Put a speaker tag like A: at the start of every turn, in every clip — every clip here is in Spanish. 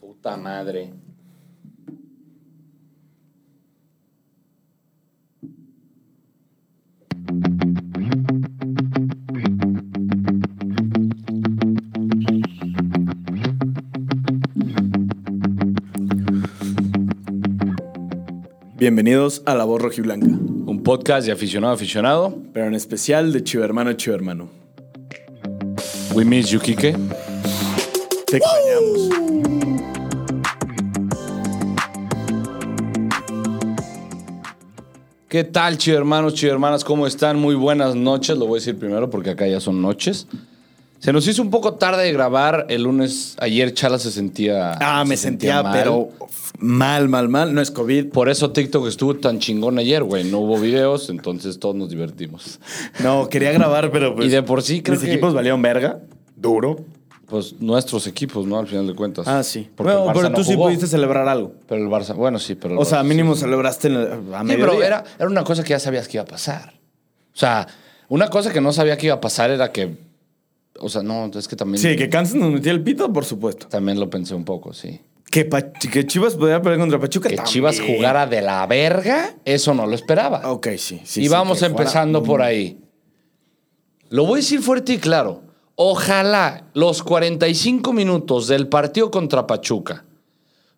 A: puta madre.
B: Bienvenidos a La Voz Rojiblanca,
A: Un podcast de aficionado a aficionado.
B: pero en especial de Chivermano Chivermano.
A: We miss you, Kike.
B: Te extrañamos.
A: ¿Qué tal, chivermanos, chivermanas? ¿Cómo están? Muy buenas noches. Lo voy a decir primero porque acá ya son noches. Se nos hizo un poco tarde de grabar el lunes. Ayer Chala se sentía.
B: Ah, me
A: se
B: sentía,
A: mal.
B: pero mal, mal, mal. No es COVID.
A: Por eso TikTok estuvo tan chingón ayer, güey. No hubo videos, entonces todos nos divertimos.
B: No, quería grabar, pero pues.
A: Y de por sí creo
B: mis
A: que-
B: equipos valieron verga. Duro.
A: Pues nuestros equipos, ¿no? Al final de cuentas.
B: Ah, sí.
A: Porque el
B: Bueno,
A: Barça
B: pero
A: no
B: tú sí
A: jugó.
B: pudiste celebrar algo.
A: Pero el Barça, bueno, sí, pero. el
B: O sea,
A: Barça sí.
B: mínimo celebraste en la- a
A: Sí,
B: mediodía.
A: pero era, era una cosa que ya sabías que iba a pasar. O sea, una cosa que no sabía que iba a pasar era que. O sea, no, es que también.
B: Sí, que Kansas nos metía el pito, por supuesto.
A: También lo pensé un poco, sí.
B: Que, Pa- que Chivas pudiera perder contra Pachuca.
A: Que
B: también.
A: Chivas jugara de la verga, eso no lo esperaba.
B: Ok, sí. sí
A: y
B: sí,
A: vamos
B: que jugara.
A: empezando por ahí. Lo voy a decir fuerte y claro. Ojalá los 45 minutos del partido contra Pachuca,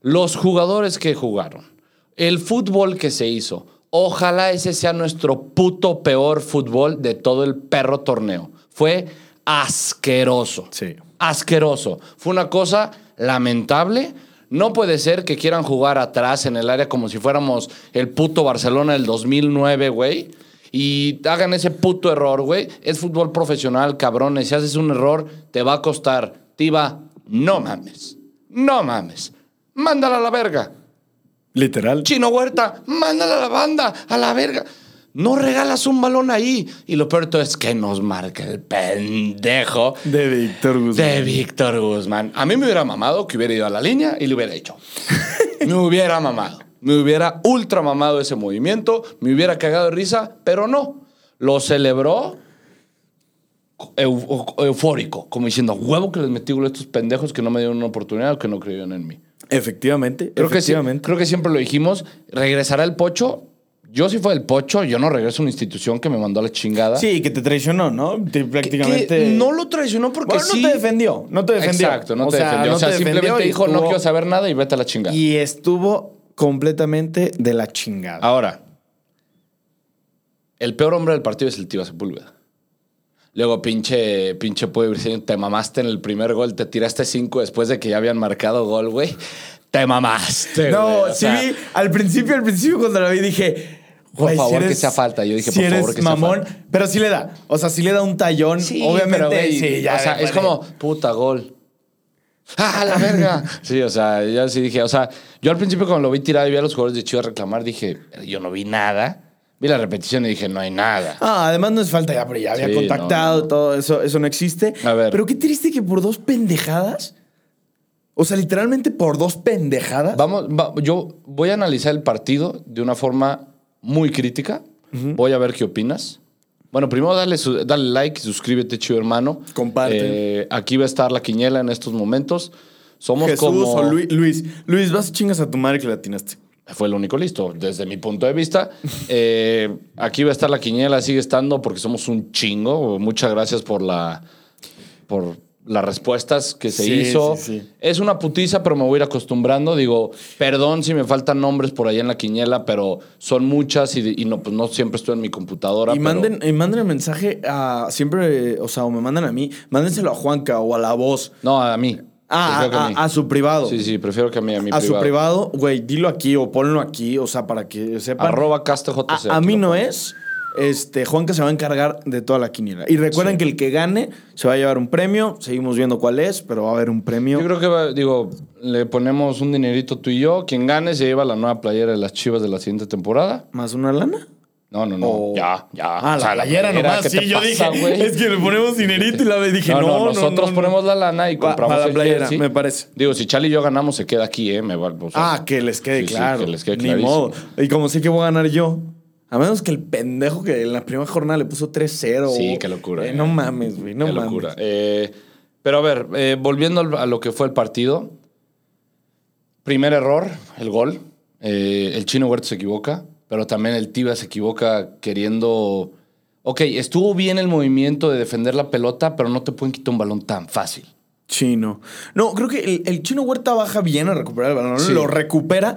A: los jugadores que jugaron, el fútbol que se hizo, ojalá ese sea nuestro puto peor fútbol de todo el perro torneo. Fue asqueroso.
B: Sí.
A: Asqueroso. Fue una cosa lamentable. No puede ser que quieran jugar atrás en el área como si fuéramos el puto Barcelona del 2009, güey. Y hagan ese puto error, güey. Es fútbol profesional, cabrones. Si haces un error, te va a costar. Tiba, no mames. No mames. Mándala a la verga.
B: Literal.
A: Chino Huerta, mándala a la banda, a la verga. No regalas un balón ahí. Y lo peor de todo es que nos marca el pendejo
B: De Víctor Guzmán.
A: de Víctor Guzmán. A mí me hubiera mamado que hubiera ido a la línea y lo hubiera hecho. me hubiera mamado. Me hubiera ultra mamado ese movimiento. Me hubiera cagado de risa, pero no. Lo celebró eu- eufórico, como diciendo, huevo que les metí gol a estos pendejos que no me dieron una oportunidad o que no creyeron en mí.
B: Efectivamente.
A: Creo que, sí,
B: efectivamente.
A: creo que siempre lo dijimos. ¿Regresará el pocho? Yo si fue el pocho, yo no regreso a una institución que me mandó a la chingada.
B: Sí, que te traicionó, ¿no? Te
A: Que-
B: prácticamente.
A: que no lo traicionó porque
B: Bueno,
A: sí-
B: no te defendió, no te defendió.
A: Exacto, no
B: O
A: te
B: sea,
A: defendió.
B: no
A: o sea,
B: te defendió
A: simplemente
B: y
A: dijo, no
B: estuvo-
A: quiero saber nada y vete a la chingada.
B: Y estuvo completamente de la chingada.
A: Ahora, el peor hombre del partido es el Tiva Sepúlveda. Luego, pinche, pinche pueblo brasileño, te mamaste en el primer gol, te tiraste cinco después de que ya habían marcado gol, güey. Te mamaste.
B: no,
A: güey, o
B: sí
A: sea,
B: vi, al principio, al principio cuando la vi dije.
A: Por
B: güey, si
A: favor, que
B: eres-
A: sea falta. Yo dije,
B: si
A: por favor,
B: eres
A: que sea
B: mamón,
A: falta.
B: Pero sí le da. O sea, sí le da un tallón.
A: Sí,
B: obviamente.
A: pero, güey,
B: sí, ya
A: o sea,
B: de-
A: es como, puta, gol. ¡Ah, la verga! sí, o sea, yo sí dije, o sea, yo al principio cuando lo vi tirado y vi a los jugadores de Chivas reclamar, dije, yo no vi nada. Vi la repetición y dije, no hay nada.
B: Ah, además no es falta ya, pero ya había
A: Sí,
B: contactado,
A: no, no.
B: todo eso, eso no existe.
A: A ver.
B: Pero qué triste que por dos pendejadas. O sea, literalmente por dos pendejadas.
A: Vamos, va- yo voy a analizar el partido de una forma muy crítica. Voy a ver qué opinas. Bueno, primero dale, su- dale like, suscríbete, chido hermano.
B: Comparte.
A: Eh, aquí va a estar la quiniela en estos momentos. Somos
B: Jesús
A: como...
B: o Luis. Luis, Luis, vas y chingas a tu madre que la atinaste.
A: Fue el único listo, desde mi punto de vista. Eh, aquí va a estar la quiniela, sigue estando porque somos un chingo. Muchas gracias por la por las respuestas que se
B: Sí,
A: hizo.
B: sí, sí.
A: Es una putiza, pero me voy a ir acostumbrando. Digo, perdón si me faltan nombres por allá en la quiniela, pero son muchas y, y no, pues no siempre estoy en mi computadora.
B: Y
A: pero-
B: manden, y manden el mensaje a siempre, eh, o sea, o me mandan a mí, mándenselo a Juanca o a la voz.
A: No, a mí.
B: Ah,
A: Prefiero
B: a,
A: que mí.
B: a- a su privado.
A: Sí, sí, prefiero que a mí, a mi
B: a su
A: privado.
B: privado, güey, dilo aquí o ponlo aquí, o sea, para que sepan.
A: Arroba CastoJC.
B: a, a mí no es. Este, Juanca se va a encargar de toda la quiniela. Y recuerden
A: Sí.
B: que el que gane se va a llevar un premio. Seguimos viendo cuál es, pero va a haber un premio.
A: Yo creo que, va- digo, le ponemos un dinerito tú y yo. Quien gane se lleva la nueva playera de las chivas de la siguiente temporada.
B: ¿Más una lana?
A: No, no, no.
B: O-
A: Ya, ya.
B: Ah,
A: O
B: la
A: sea,
B: playera nomás.
A: ¿qué
B: Sí,
A: te
B: yo
A: pasa,
B: dije,
A: güey?
B: es que le ponemos dinerito y la dije,
A: no,
B: no,
A: no,
B: no,
A: nosotros
B: no, no.
A: ponemos la lana y
B: Pa-
A: compramos
B: para la
A: el
B: playera,
A: jersey.
B: me parece.
A: Digo, si Charlie y yo ganamos, se queda aquí, ¿eh? Me va, o sea,
B: Ah, que les quede
A: sí, sí,
B: claro.
A: que les quede
B: Ni
A: clarísimo.
B: modo. Y como sé que voy a ganar yo. A menos que el pendejo que en la primera jornada le puso 3-0.
A: Sí,
B: o-
A: qué locura,
B: Eh,
A: eh.
B: No mames, güey. No
A: Qué
B: mames.
A: locura. Eh, pero a ver, eh, volviendo al- a lo que fue el partido, Primer error, el gol. Eh, el chino Huerta se equivoca, pero también el Tiba se equivoca queriendo... Ok, estuvo bien el movimiento de defender la pelota, pero no te pueden quitar un balón tan fácil.
B: Chino. No, creo que el, el chino Huerta baja bien a recuperar el balón.
A: Sí.
B: Lo recupera.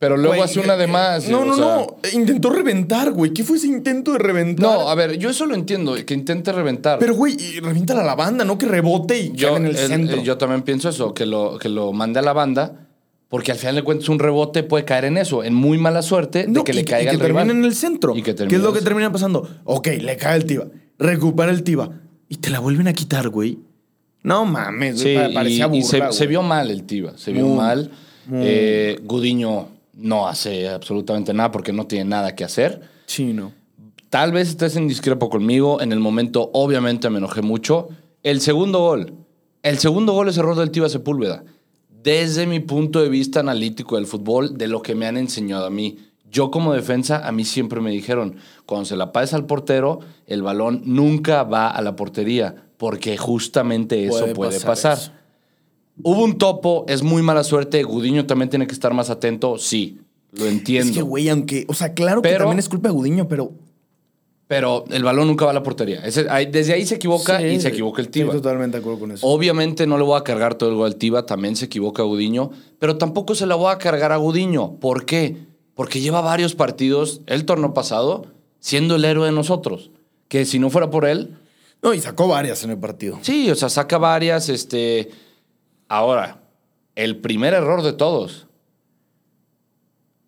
A: Pero luego
B: Güey,
A: hace una de más.
B: No,
A: eh,
B: no,
A: o sea-
B: no. Intentó reventar, güey. ¿Qué fue ese intento de reventar?
A: No, a ver, yo eso lo entiendo, que intente reventar.
B: Pero, güey, y revienta a la banda, no que rebote y
A: yo,
B: yo, en el,
A: el-
B: centro.
A: el- yo también pienso eso, que lo, que lo mande a la banda, porque al final de cuentas un rebote puede caer en eso, en muy mala suerte
B: No,
A: de que le
B: y- y
A: caiga
B: que
A: el rival.
B: termine en el centro.
A: Y que
B: ¿Qué
A: termine
B: es lo que
A: eso.
B: termina pasando? Ok, le cae el tiba. Recupera el tiba. Y te la vuelven a quitar, güey. No mames,
A: Sí,
B: güey, pa- parecía
A: y-
B: burla,
A: y se- se,
B: güey.
A: vio mal el Tiva, se vio
B: Muy,
A: mal. Eh, Gudiño no hace absolutamente nada porque no tiene nada que hacer.
B: Chino.
A: Tal vez estés en discrepo conmigo. En el momento, obviamente, me enojé mucho. El segundo gol. El segundo gol es error del Tiva Sepúlveda. Desde mi punto de vista analítico del fútbol, de lo que me han enseñado a mí. Yo como defensa, a mí siempre me dijeron, cuando se la pasa al portero, el balón nunca va a la portería, porque justamente eso
B: Puede
A: puede,
B: pasar
A: pasar.
B: eso.
A: Hubo un topo, es muy mala suerte, Gudiño también tiene que estar más atento, sí, lo entiendo.
B: Es que, güey, aunque. O sea, claro que
A: Pero-
B: también es culpa de Gudiño, pero.
A: Pero el balón nunca va a la portería. Ese- ahí- desde ahí se equivoca
B: Sí,
A: y se equivoca el Tiva.
B: Estoy totalmente de acuerdo con eso.
A: Obviamente no le voy a cargar todo el gol al Tiva, también se equivoca Gudiño, pero tampoco se la voy a cargar a Gudiño. ¿Por qué? Porque lleva varios partidos, el torneo pasado, siendo el héroe de nosotros. Que si no fuera por él,
B: No, y sacó varias en el partido.
A: sí, o sea, saca varias. Este... Ahora, el primer error de todos.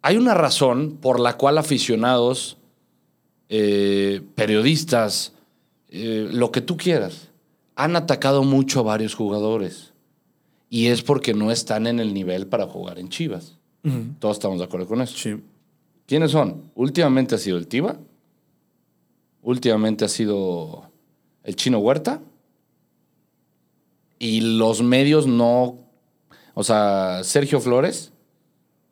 A: Hay una razón por la cual aficionados, eh, periodistas, eh, lo que tú quieras, han atacado mucho a varios jugadores. Y es porque no están en el nivel para jugar en Chivas. Todos estamos de acuerdo con eso.
B: Mm. Sí.
A: ¿Quiénes son? Últimamente ha sido el Tiva. Últimamente ha sido el Chino Huerta. Y los medios no. O sea, Sergio Flores.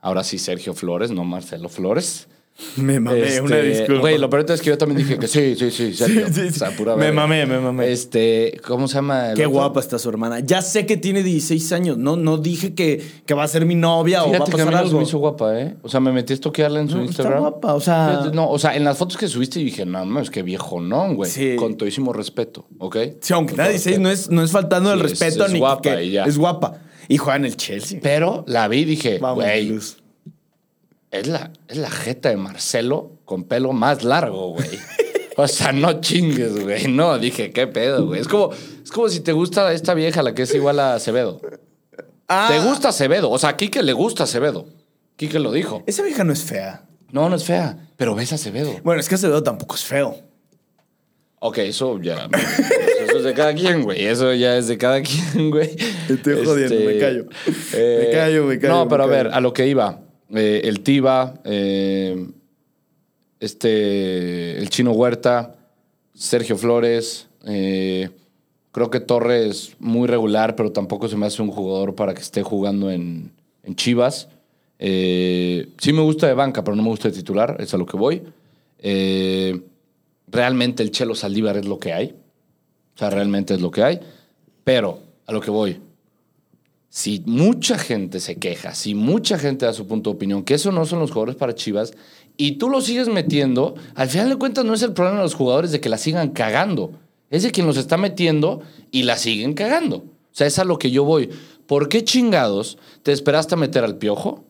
A: Ahora sí, Sergio Flores, no Marcelo Flores.
B: Me mamé,
A: Este,
B: una disculpa.
A: Güey, lo peor es que yo también dije que sí, sí, sí, Sergio.
B: Sí, sí, sí.
A: O sea, pura
B: Me
A: verga.
B: mamé, me mamé.
A: Este, ¿cómo se llama? el
B: Qué
A: otro?
B: guapa está su hermana. Ya sé que tiene 16 años. No, no dije que, que va a ser mi novia o va a
A: Fíjate que a
B: pasar
A: mí no se
B: algo.
A: me hizo guapa, ¿eh? O sea, me metí a estoquearla en su
B: No, está
A: Instagram.
B: guapa, o sea-
A: Fíjate, No, o sea, en las fotos que subiste dije, no, no, es que viejo no, güey.
B: Sí.
A: Con todísimo respeto, ¿ok?
B: Sí, aunque
A: Con
B: tenga
A: todo
B: 16
A: respeto.
B: no es, no es faltando el
A: Sí, es-
B: respeto
A: es
B: ni
A: guapa
B: que
A: y ya.
B: es guapa. Y juega en el Chelsea.
A: Pero la vi y dije,
B: Vamos,
A: güey,
B: Luz.
A: es la, es la jeta de Marcelo con pelo más largo, güey. O sea, no chingues, güey. No, dije, qué pedo, güey. Es como, es como si te gusta esta vieja, la que es igual a Acevedo.
B: Ah,
A: Te gusta Acevedo. O sea, a Quique le gusta Acevedo. Quique lo dijo.
B: Esa vieja no es fea.
A: No, no es fea, pero ves a Acevedo.
B: Bueno, es que Acevedo tampoco es feo.
A: Ok, eso ya. Eso es de cada quien, güey. Eso ya es de cada quien, güey. Este, eh,
B: Estoy jodiendo, me callo. Me callo, me callo,
A: No, pero
B: me
A: a ver,
B: callo.
A: a lo que iba. Eh, el Tiba, eh, este, el Chino Huerta, Sergio Flores. eh, creo que Torres muy regular, pero tampoco se me hace un jugador para que esté jugando en, en Chivas. Eh, sí me gusta de banca, pero no me gusta de titular. Es a lo que voy. Eh, realmente el Chelo Saldívar es lo que hay. O sea, realmente es lo que hay. Pero, a lo que voy. Si mucha gente se queja, si mucha gente da su punto de opinión, que eso no son los jugadores para Chivas, y tú lo sigues metiendo, al final de cuentas no es el problema de los jugadores de que la sigan cagando. Es de quien los está metiendo y la siguen cagando. O sea, es a lo que yo voy. ¿Por qué chingados te esperaste a meter al piojo?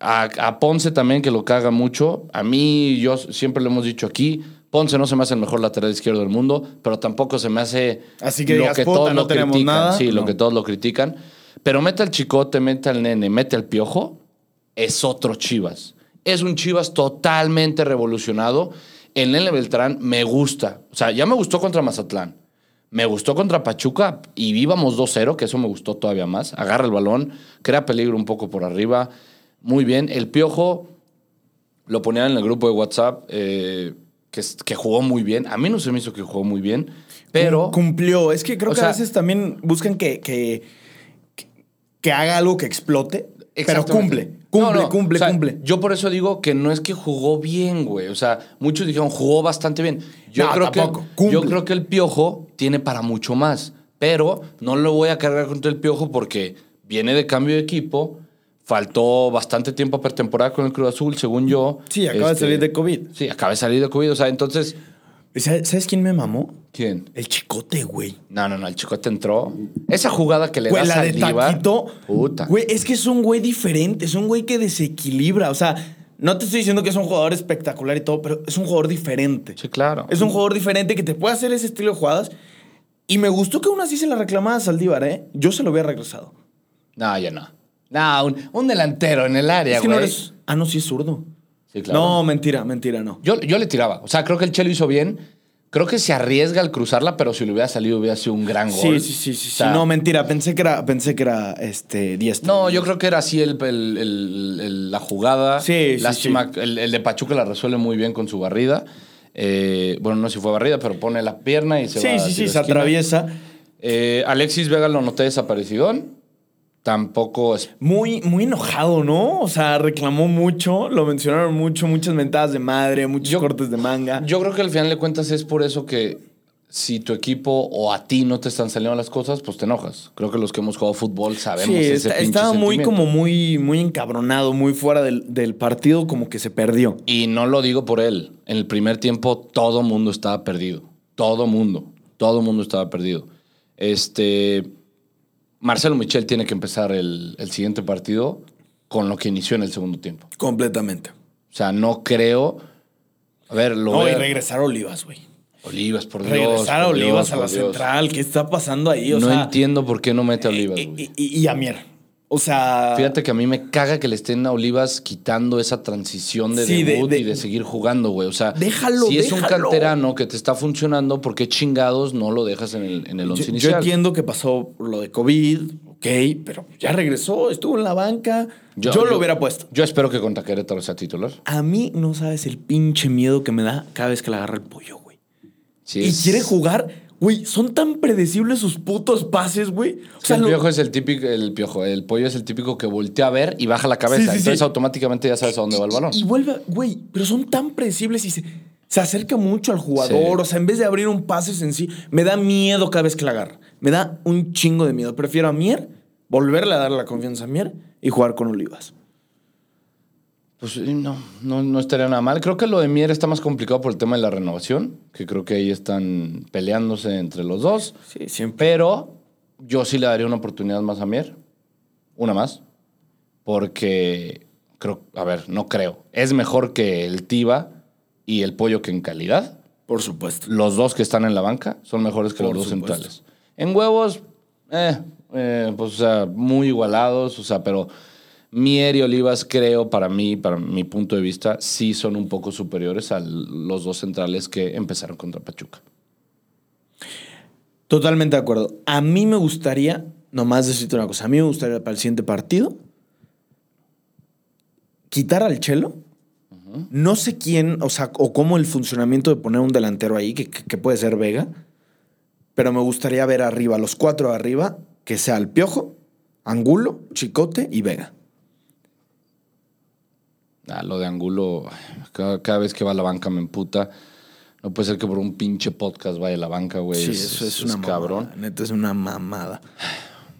A: A, a Ponce también, que lo caga mucho. A mí, yo siempre lo hemos dicho aquí, Ponce no se me hace el mejor lateral izquierdo del mundo, pero tampoco se me hace
B: Así que digas, "Puta, no
A: lo
B: tenemos
A: critican".
B: nada.
A: Sí, lo
B: No.
A: que todos lo critican. Pero mete al chicote, mete al nene, mete al piojo, es otro Chivas. Es un Chivas totalmente revolucionado. El Nene Beltrán me gusta. O sea, ya me gustó contra Mazatlán. Me gustó contra Pachuca y vivamos 2-0, que eso me gustó todavía más. Agarra el balón, crea peligro un poco por arriba. Muy bien. El Piojo lo ponían en el grupo de WhatsApp, eh, que, es- que jugó muy bien. A mí no se me hizo que jugó muy bien, pero...
B: Cumplió. Es que creo
A: O
B: que a
A: sea-
B: veces también buscan que, que, que- que haga algo que explote. Pero
A: Exactamente.
B: cumple. Cumple,
A: No, no,
B: cumple,
A: o sea,
B: cumple.
A: Yo por eso digo que no es que jugó bien, güey. O sea, muchos dijeron jugó bastante bien. Yo,
B: No,
A: creo,
B: tampoco.
A: que,
B: Cumple.
A: yo creo que el piojo tiene para mucho más. Pero no lo voy a cargar contra el piojo porque viene de cambio de equipo. Faltó bastante tiempo a pretemporada con el Cruz Azul, según yo.
B: Sí, acaba de
A: Este,
B: salir de COVID.
A: Sí, acaba de salir de COVID. O sea, entonces,
B: ¿Sabes sabes quién me mamó?
A: ¿quién?
B: El chicote, güey.
A: No, no, no, el chicote entró. Esa jugada que le
B: Güey,
A: da
B: la de
A: Saldívar,
B: Taquito.
A: Puta.
B: Güey, es que es un güey diferente, es un güey que desequilibra. O sea, no te estoy diciendo que es un jugador espectacular y todo, pero es un jugador diferente.
A: Sí, claro.
B: Es un jugador diferente que te puede hacer ese estilo de jugadas. Y me gustó que aún así se la reclamaba a Saldívar, ¿eh? Yo se lo había regresado.
A: No, ya no. No, un, un delantero en el área,
B: es que
A: güey.
B: no eres. Ah, no, sí es zurdo.
A: Sí, claro.
B: No, mentira, mentira, no.
A: Yo, yo le tiraba. O sea, creo que el Chelo hizo bien. Creo que se arriesga al cruzarla, pero si le hubiera salido hubiera sido un gran
B: Sí,
A: gol.
B: sí, sí, sí,
A: O
B: sí.
A: sea,
B: No, mentira, pensé que era, pensé que era este diestro.
A: No, yo creo que era así el, el- el- el- la jugada.
B: Sí, sí,
A: Lástima, El, el de Pachuca la resuelve muy bien con su barrida. Eh, bueno, no sé si fue barrida, pero pone la pierna y se va
B: Sí,
A: a
B: sí, sí,
A: tiro
B: se
A: esquina.
B: atraviesa.
A: Eh, Alexis Vega lo noté desaparecidón. Tampoco es.
B: Muy, muy enojado, ¿no? O sea, reclamó mucho, lo mencionaron mucho, muchas mentadas de madre, muchos
A: Yo-
B: cortes de manga.
A: Yo creo que al final de cuentas es por eso que si tu equipo o a ti no te están saliendo las cosas, pues te enojas. Creo que los que hemos jugado fútbol sabemos
B: sí,
A: ese
B: está-
A: pinche
B: estaba muy
A: sentimiento.
B: como muy, muy encabronado, muy fuera del, del partido, como que se perdió.
A: Y no lo digo por él. En el primer tiempo todo mundo estaba perdido. Todo mundo. Todo mundo estaba perdido. Este. Marcelo Michel tiene que empezar el, el siguiente partido con lo que inició en el segundo tiempo.
B: Completamente.
A: O sea, no creo. A ver, lo
B: No, y
A: veo-
B: regresar a Olivas, güey.
A: Olivas, por Dios.
B: Regresar a
A: por
B: Olivas
A: Dios,
B: a
A: por
B: la
A: Dios.
B: central, ¿qué está pasando ahí? O
A: no
B: sea, eh,
A: entiendo por qué no mete a
B: y,
A: Olivas, güey.
B: y, y- y a Mier. O sea,
A: Fíjate que a mí me caga que le estén a Olivas quitando esa transición de
B: Sí, de-
A: debut
B: de-
A: y de seguir jugando, güey. O sea,
B: Déjalo,
A: si es un
B: déjalo.
A: canterano que te está funcionando, ¿por qué chingados no lo dejas en el, en el
B: yo,
A: once
B: yo
A: inicial?
B: entiendo que pasó lo de COVID, ok, pero ya regresó, estuvo en la banca. Yo, lo hubiera puesto.
A: Yo espero que contra Querétaro sea titular.
B: A mí no sabes el pinche miedo que me da cada vez que le agarra el pollo, güey.
A: Sí,
B: y
A: es-
B: quiere jugar. Güey, son tan predecibles sus putos pases, güey. O
A: es que
B: sea,
A: el
B: lo-
A: piojo es el típico, el piojo, el pollo es el típico que voltea a ver y baja la cabeza.
B: Sí, sí, sí.
A: Entonces automáticamente ya sabes a dónde va el balón.
B: y vuelve, a- güey, pero son tan predecibles y se, se acerca mucho al jugador.
A: Sí.
B: O sea, en vez de abrir un pase sencillo, me da miedo cada vez que la agarra. Me da un chingo de miedo. Prefiero a Mier, volverle a dar la confianza a Mier y jugar con Olivas.
A: Pues sí, no, no, no estaría nada mal. Creo que lo de Mier está más complicado por el tema de la renovación, que creo que ahí están peleándose entre los dos.
B: Sí, siempre.
A: Pero yo sí le daría una oportunidad más a Mier. Una más. Porque creo, a ver, no creo. Es mejor que el Tiva y el Pollo que en calidad.
B: Por supuesto.
A: Los dos que están en la banca son mejores que
B: Por
A: los dos
B: supuesto.
A: centrales. En huevos, eh, eh, pues, o sea, muy igualados, o sea, pero Mier y Olivas, creo, para mí, para mi punto de vista, sí son un poco superiores a los dos centrales que empezaron contra Pachuca.
B: Totalmente de acuerdo. A mí me gustaría, nomás decirte una cosa, a mí me gustaría para el siguiente partido quitar al Chelo. No sé quién, o sea, o cómo el funcionamiento de poner un delantero ahí, que, que- que puede ser Vega, pero me gustaría ver arriba, los cuatro de arriba, que sea el Piojo, Angulo, Chicote y Vega.
A: Ah, lo de Angulo, cada, cada vez que va a la banca me emputa. No puede ser que por un pinche podcast vaya a la banca, güey. cabrón.
B: mamada. Neta, es una mamada.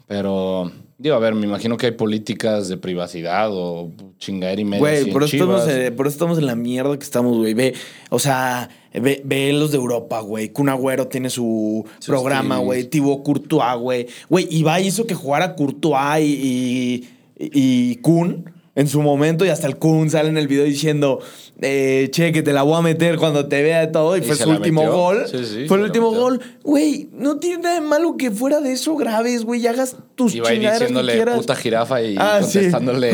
A: Pero, digo, a ver, me imagino que hay políticas de privacidad o chingadera y media. así
B: Güey,
A: en
B: por eso, estamos,
A: Chivas.
B: eh, por eso estamos en la mierda que estamos, güey. Ve, o sea, ve, ve los de Europa, güey. Kun Agüero tiene su
A: Sus
B: programa,
A: teams.
B: güey. Thibaut Courtois, güey. Güey, Ibai hizo que jugara Courtois y, y, y Kun en su momento. Y hasta el Kun sale en el video diciendo, eh, che, que te la voy a meter cuando te vea y todo. Y,
A: Y
B: fue
A: se
B: su
A: la
B: último
A: metió.
B: gol.
A: Sí, sí,
B: fue
A: se
B: el
A: la
B: último
A: metió.
B: gol. Güey, no tiene nada de malo que fuera de eso graves, güey. Y hagas tus
A: Iba ahí
B: chingaderas que
A: diciéndole
B: quieras.
A: puta jirafa y
B: Ah, sí.
A: contestándole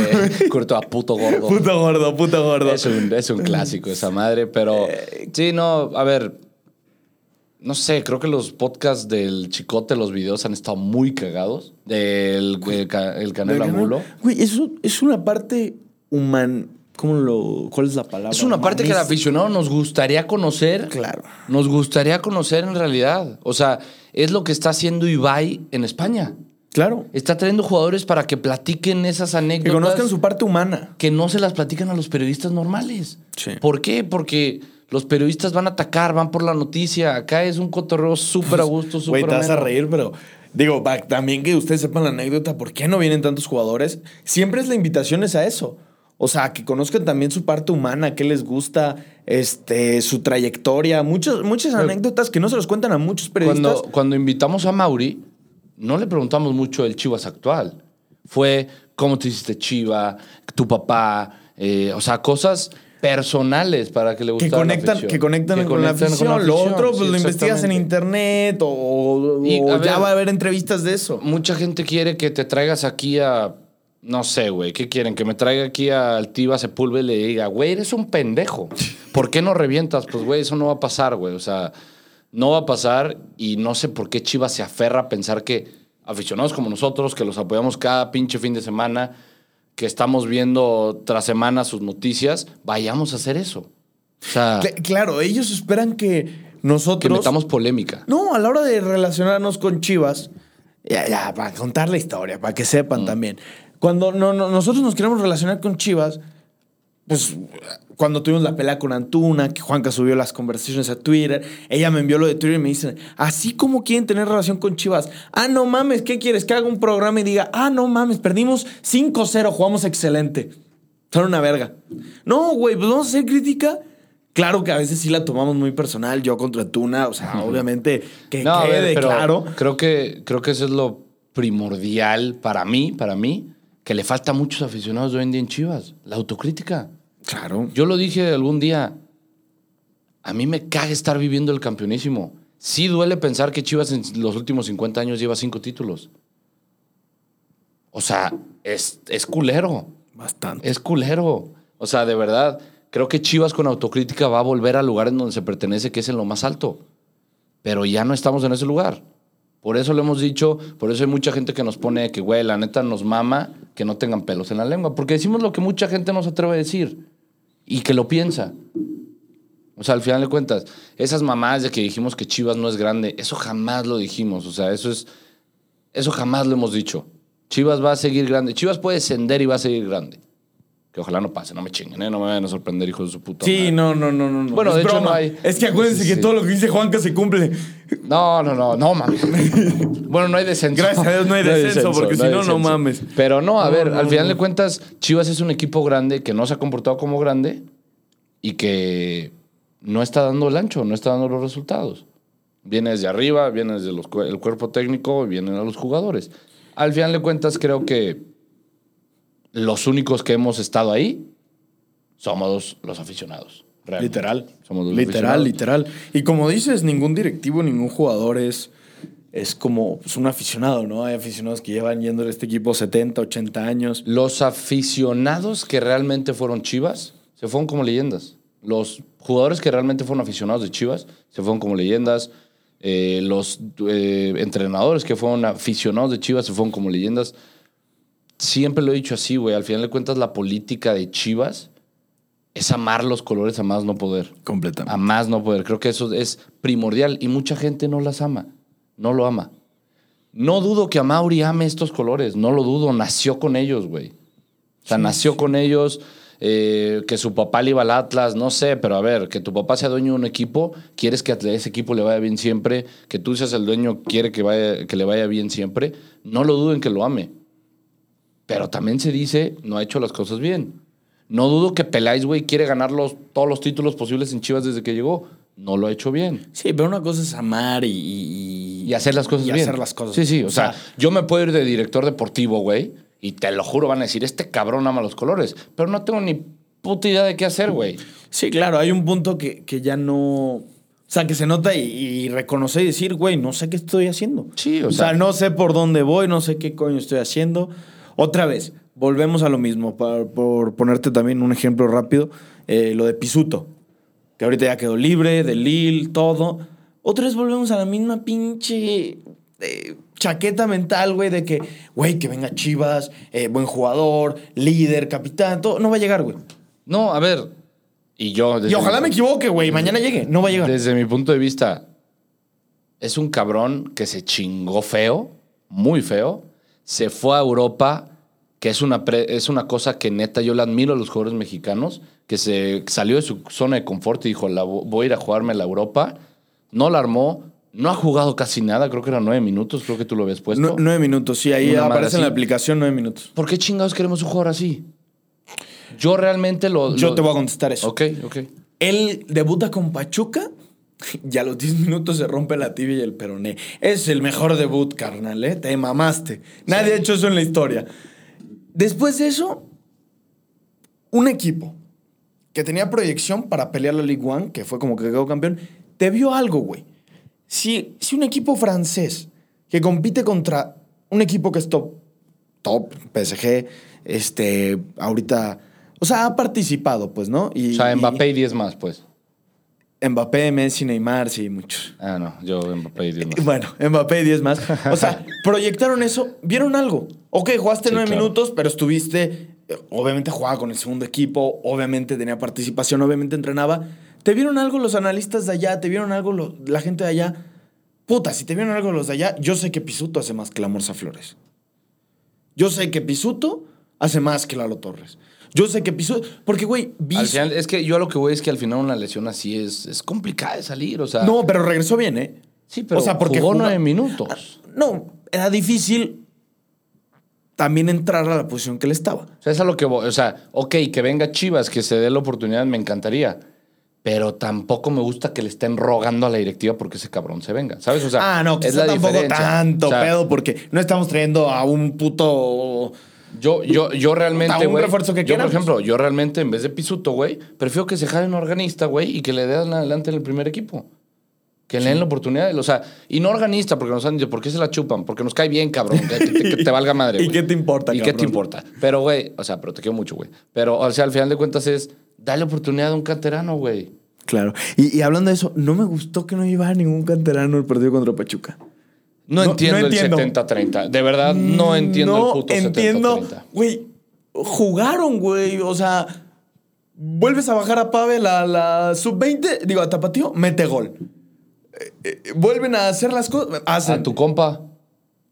A: curto a puto gordo.
B: Puto gordo, puto gordo. Eh.
A: Es, un, es un clásico esa madre, pero sí, no, a ver. No sé, creo que los podcasts del Chicote, los videos han estado muy cagados. Del el, ca- el Canelo
B: Del
A: Angulo.
B: canal. Güey, eso es una parte human. ¿Cómo lo.? ¿Cuál es la palabra?
A: Es una parte que al
B: Humanista.
A: aficionado nos gustaría conocer.
B: Ah, Claro.
A: Nos gustaría conocer en realidad. O sea, es lo que está haciendo Ibai en España.
B: Claro.
A: Está trayendo jugadores para que platiquen esas anécdotas.
B: Que conozcan su parte humana.
A: que no se las platican a los periodistas normales.
B: Sí.
A: ¿Por qué? Porque los periodistas van a atacar, van por la noticia. Acá es un cotorreo súper a gusto, súper
B: Güey, te vas a
A: ameno.
B: reír, pero Digo, para también que ustedes sepan la anécdota, ¿por qué no vienen tantos jugadores? Siempre es la invitación es a eso. O sea, que conozcan también su parte humana, qué les gusta, este, su trayectoria, muchas, muchas anécdotas que no se los cuentan a muchos periodistas.
A: Cuando, cuando invitamos a Mauri, no le preguntamos mucho del Chivas actual. Fue cómo te hiciste Chiva, tu papá, eh, o sea, cosas personales para que le
B: que
A: gustara la
B: conectan,
A: afición.
B: que conectan, con la
A: conectan
B: afición.
A: con la
B: Lo
A: afición,
B: otro, pues
A: sí,
B: lo investigas en
A: exactamente.
B: internet o,
A: Y,
B: o
A: a
B: ya
A: ver,
B: va a haber entrevistas de eso.
A: Mucha gente quiere que te traigas aquí a. No sé, güey. ¿Qué quieren? Que me traiga aquí a Altiva Sepúlveda y le diga, güey, eres un pendejo. ¿Por qué no revientas? Pues, güey, eso no va a pasar, güey. O sea, no va a pasar y no sé por qué Chivas se aferra a pensar que aficionados como nosotros, que los apoyamos cada pinche fin de semana, que estamos viendo tras semana sus noticias, vayamos a hacer eso. O sea,
B: Cla- claro, ellos esperan que
A: que
B: nosotros.
A: metamos polémica.
B: No, a la hora de relacionarnos con Chivas, ya, ya, para contar la historia, para que
A: Mm.
B: sepan también. Cuando no, no- nosotros nos queremos relacionar con Chivas, pues cuando tuvimos la pelea con Antuna, que Juanca subió las conversaciones a Twitter, ella me envió lo de Twitter y me dicen, así como quieren tener relación con Chivas, ah, no mames, ¿qué quieres? Que haga un programa y diga, ah, no mames, perdimos 5-0, jugamos excelente. Son una verga. No, güey, pues vamos a hacer crítica. Claro que a veces sí la tomamos muy personal, yo contra Antuna, o sea, obviamente que
A: No, a ver,
B: quede
A: pero
B: claro.
A: Creo que, creo que eso es lo primordial para mí, para mí, que le falta a muchos aficionados de hoy en día en Chivas, la autocrítica.
B: Claro.
A: Yo lo dije algún día, a mí me caga estar viviendo el campeonísimo. Sí duele pensar que Chivas en los últimos 50 años lleva cinco títulos. O sea, es, es culero.
B: Bastante.
A: Es culero. O sea, de verdad, creo que Chivas con autocrítica va a volver al lugar en donde se pertenece, que es en lo más alto. Pero ya no estamos en ese lugar. Por eso lo hemos dicho, por eso hay mucha gente que nos pone de que, güey, la neta nos mama que no tengan pelos en la lengua. Porque decimos lo que mucha gente no se atreve a decir y que lo piensa. O sea, al final de cuentas, esas mamás de que dijimos que Chivas no es grande, eso jamás lo dijimos. O sea, eso es. Eso jamás lo hemos dicho. Chivas va a seguir grande. Chivas puede descender y va a seguir grande. Que ojalá no pase, no me chinguen, ¿eh? no me vayan a sorprender, hijos de su puta.
B: Sí,
A: madre.
B: no, no, no, no. no.
A: Bueno,
B: es
A: de hecho,
B: broma.
A: no hay.
B: Es que acuérdense
A: Sí,
B: que
A: sí.
B: todo lo que dice Juanca se cumple.
A: No, no, no, no mames. Bueno, no hay descenso.
B: Gracias a Dios no hay descenso, porque si
A: hay
B: no, no
A: descenso.
B: mames.
A: Pero no, a
B: No,
A: ver,
B: no,
A: al final
B: no.
A: de cuentas, Chivas es un equipo grande que no se ha comportado como grande y que no está dando el ancho, no está dando los resultados. Viene desde arriba, viene desde los cue- el cuerpo técnico, vienen a los jugadores. Al final de cuentas, creo que los únicos que hemos estado ahí somos los aficionados. realmente. Somos los
B: literal,
A: aficionados.
B: literal. Y como dices, ningún directivo, ningún jugador es, es como pues, un aficionado, ¿no? Hay aficionados que llevan yendo a este equipo 70, 80 años.
A: Los aficionados que realmente fueron Chivas se fueron como leyendas. Los jugadores que realmente fueron aficionados de Chivas se fueron como leyendas. Eh, los eh, entrenadores que fueron aficionados de Chivas se fueron como leyendas. Siempre lo he dicho así, güey. Al final de cuentas, la política de Chivas es amar los colores a más no poder.
B: Completamente.
A: A más no poder. Creo que eso es primordial y mucha gente no las ama. No lo ama. No dudo que a Mauri ame estos colores. No lo dudo. Nació con ellos, güey. O sea, nació con ellos. eh, que su papá le iba al Atlas, no sé, pero a ver, que tu papá sea dueño de un equipo, quieres que a ese equipo le vaya bien siempre, que tú seas el dueño, quiere que, vaya, que le vaya bien siempre, no lo duden que lo ame. Pero también se dice, no ha hecho las cosas bien. No dudo que Peláez, güey, quiere ganar los- todos los títulos posibles en Chivas desde que llegó. No lo ha hecho bien.
B: Sí, pero una cosa es amar y. Y,
A: Y hacer las cosas
B: y
A: bien.
B: hacer las cosas
A: Sí, sí. O sea, yo me puedo ir de director deportivo, güey, y te lo juro, van a decir, este cabrón ama los colores. Pero no tengo ni puta idea de qué hacer, güey.
B: Sí, claro, hay un punto que, que ya no. O sea, que se nota y, y reconocer y decir, güey, no sé qué estoy haciendo.
A: Sí, o
B: O sea,
A: sea-
B: no sé por dónde voy, no sé qué coño estoy haciendo. Otra vez, volvemos a lo mismo, pa- por ponerte también un ejemplo rápido, eh, lo de Pisuto, que ahorita ya quedó libre, de Lille, todo. Otra vez volvemos a la misma pinche eh, chaqueta mental, güey, de que, güey, que venga Chivas, eh, buen jugador, líder, capitán, todo. No va a llegar, güey.
A: No, a ver. Y yo.
B: Y
A: desde
B: ojalá
A: mi-
B: me equivoque, güey. Mañana llegue. No va a llegar.
A: Desde mi punto de vista, es un cabrón que se chingó feo, muy feo. Se fue a Europa, que es una, pre- es una cosa que neta yo le admiro a los jugadores mexicanos, que se salió de su zona de confort y dijo, "La vo- voy a ir a jugarme a la Europa. No la armó, No ha jugado casi nada, creo que eran nueve minutos, creo que tú lo habías puesto.
B: Nue- nueve minutos, sí, ahí
A: Una madre
B: aparece en la
A: así.
B: aplicación nueve minutos.
A: ¿Por qué chingados queremos un jugador así? Yo realmente lo.
B: Yo
A: lo-
B: te voy a contestar eso.
A: Ok, ok.
B: Él debuta con Pachuca y a los 10 minutos se rompe la tibia y el peroné. Es el mejor debut, carnal, ¿eh? Te mamaste. Nadie ha hecho eso en la historia. Después de eso, un equipo que tenía proyección para pelear la Ligue 1, que fue como que quedó campeón, te vio algo, güey. Si, si un equipo francés que compite contra un equipo que es top, top, PSG, este, ahorita, o sea, ha participado, pues, ¿no? Y,
A: O sea,
B: y-
A: Mbappé y 10 más, pues.
B: Mbappé, Messi, Neymar, sí, muchos.
A: Ah, no, yo Mbappé y 10 más.
B: Bueno, Mbappé y 10 más. O sea, proyectaron eso, vieron algo. Ok, jugaste
A: Sí,
B: nueve
A: claro.
B: minutos, pero estuviste. eh, Obviamente jugaba con el segundo equipo, obviamente tenía participación, obviamente entrenaba. ¿Te vieron algo los analistas de allá? ¿Te vieron algo lo- la gente de allá? Puta, si te vieron algo los de allá, yo sé que Pisuto hace más que la Morsa Flores. Yo sé que Pisuto hace más que Lalo Torres. Yo sé que Pisuto. Porque, güey, vi.
A: Al final, es que yo a lo que voy es que al final una lesión así es, es complicada de salir, o sea.
B: No, pero regresó bien, ¿eh?
A: sí, pero
B: o sea, porque
A: jugó
B: jugó-
A: nueve minutos.
B: Ah, No, era difícil también entrar a la posición que le estaba.
A: O sea, es a lo que voy. O sea, ok, que venga Chivas, que se dé la oportunidad, me encantaría. Pero tampoco me gusta que le estén rogando a la directiva porque ese cabrón se venga, ¿sabes? O sea,
B: ah, no,
A: es
B: quizá
A: la
B: tampoco
A: diferencia.
B: tanto
A: O sea,
B: pedo, porque no estamos trayendo a un puto.
A: Yo, yo, yo realmente,
B: Puta, un
A: güey.
B: refuerzo que
A: Yo, por
B: quieran,
A: ejemplo, yo realmente, en vez de Pisuto, güey, prefiero que se jalen organista, güey, y que le den adelante en el primer equipo. Que le den la oportunidad. O sea, y no organista, porque nos han dicho, ¿por qué se la chupan? Porque nos cae bien, cabrón. Que, que- que- que te valga madre,
B: ¿Y
A: güey.
B: qué te importa,
A: ¿Y qué te
B: cabrón?
A: importa? Pero, güey, o sea, pero te quiero mucho, güey. Pero, o sea, al final de cuentas es, dale oportunidad a un canterano, güey.
B: Claro. Y, y hablando de eso, no me gustó que no llevara ningún canterano el partido contra Pachuca.
A: No,
B: No-
A: entiendo
B: no
A: el
B: entiendo. Mm,
A: 70-30. De verdad, no entiendo
B: no
A: el puto
B: entiendo.
A: 70-30.
B: Güey, jugaron, güey. O sea, vuelves a bajar a Pavel a la sub-20, digo, a Tapatío, mete gol. Eh, eh, vuelven a hacer las cosas. Hacen.
A: A tu compa.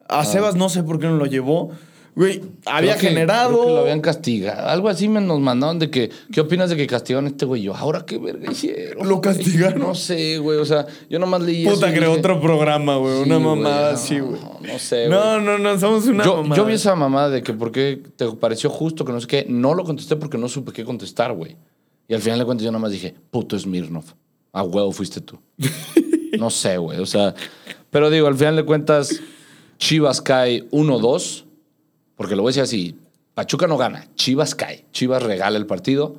B: A Sebas no sé por qué no lo llevó. Güey, había
A: Ah. Creo que-
B: generado.
A: creo que lo habían castigado. Algo así me nos mandaron de que, ¿qué opinas de que castigaron a este güey? Yo, ¿ahora qué verga hicieron?
B: ¿Lo
A: güey?
B: castigaron?
A: No sé, güey. O sea, yo nomás leí eso
B: Puta,
A: y
B: creó
A: dije,
B: otro programa, güey.
A: sí,
B: una
A: güey,
B: mamada
A: no,
B: así, güey.
A: no sé,
B: No,
A: güey.
B: no, no, somos una
A: Yo,
B: mamada.
A: yo vi esa mamada de que por qué te pareció justo, que no sé qué. No lo contesté porque no supe qué contestar, güey. Y al final de cuentas yo nomás dije, puto Smirnov. A huevo fuiste tú. no sé, güey. O sea, pero digo, al final de cuentas, Chivas cae 1-2. Porque lo voy a decir así: Pachuca no gana, Chivas cae. Chivas regala el partido.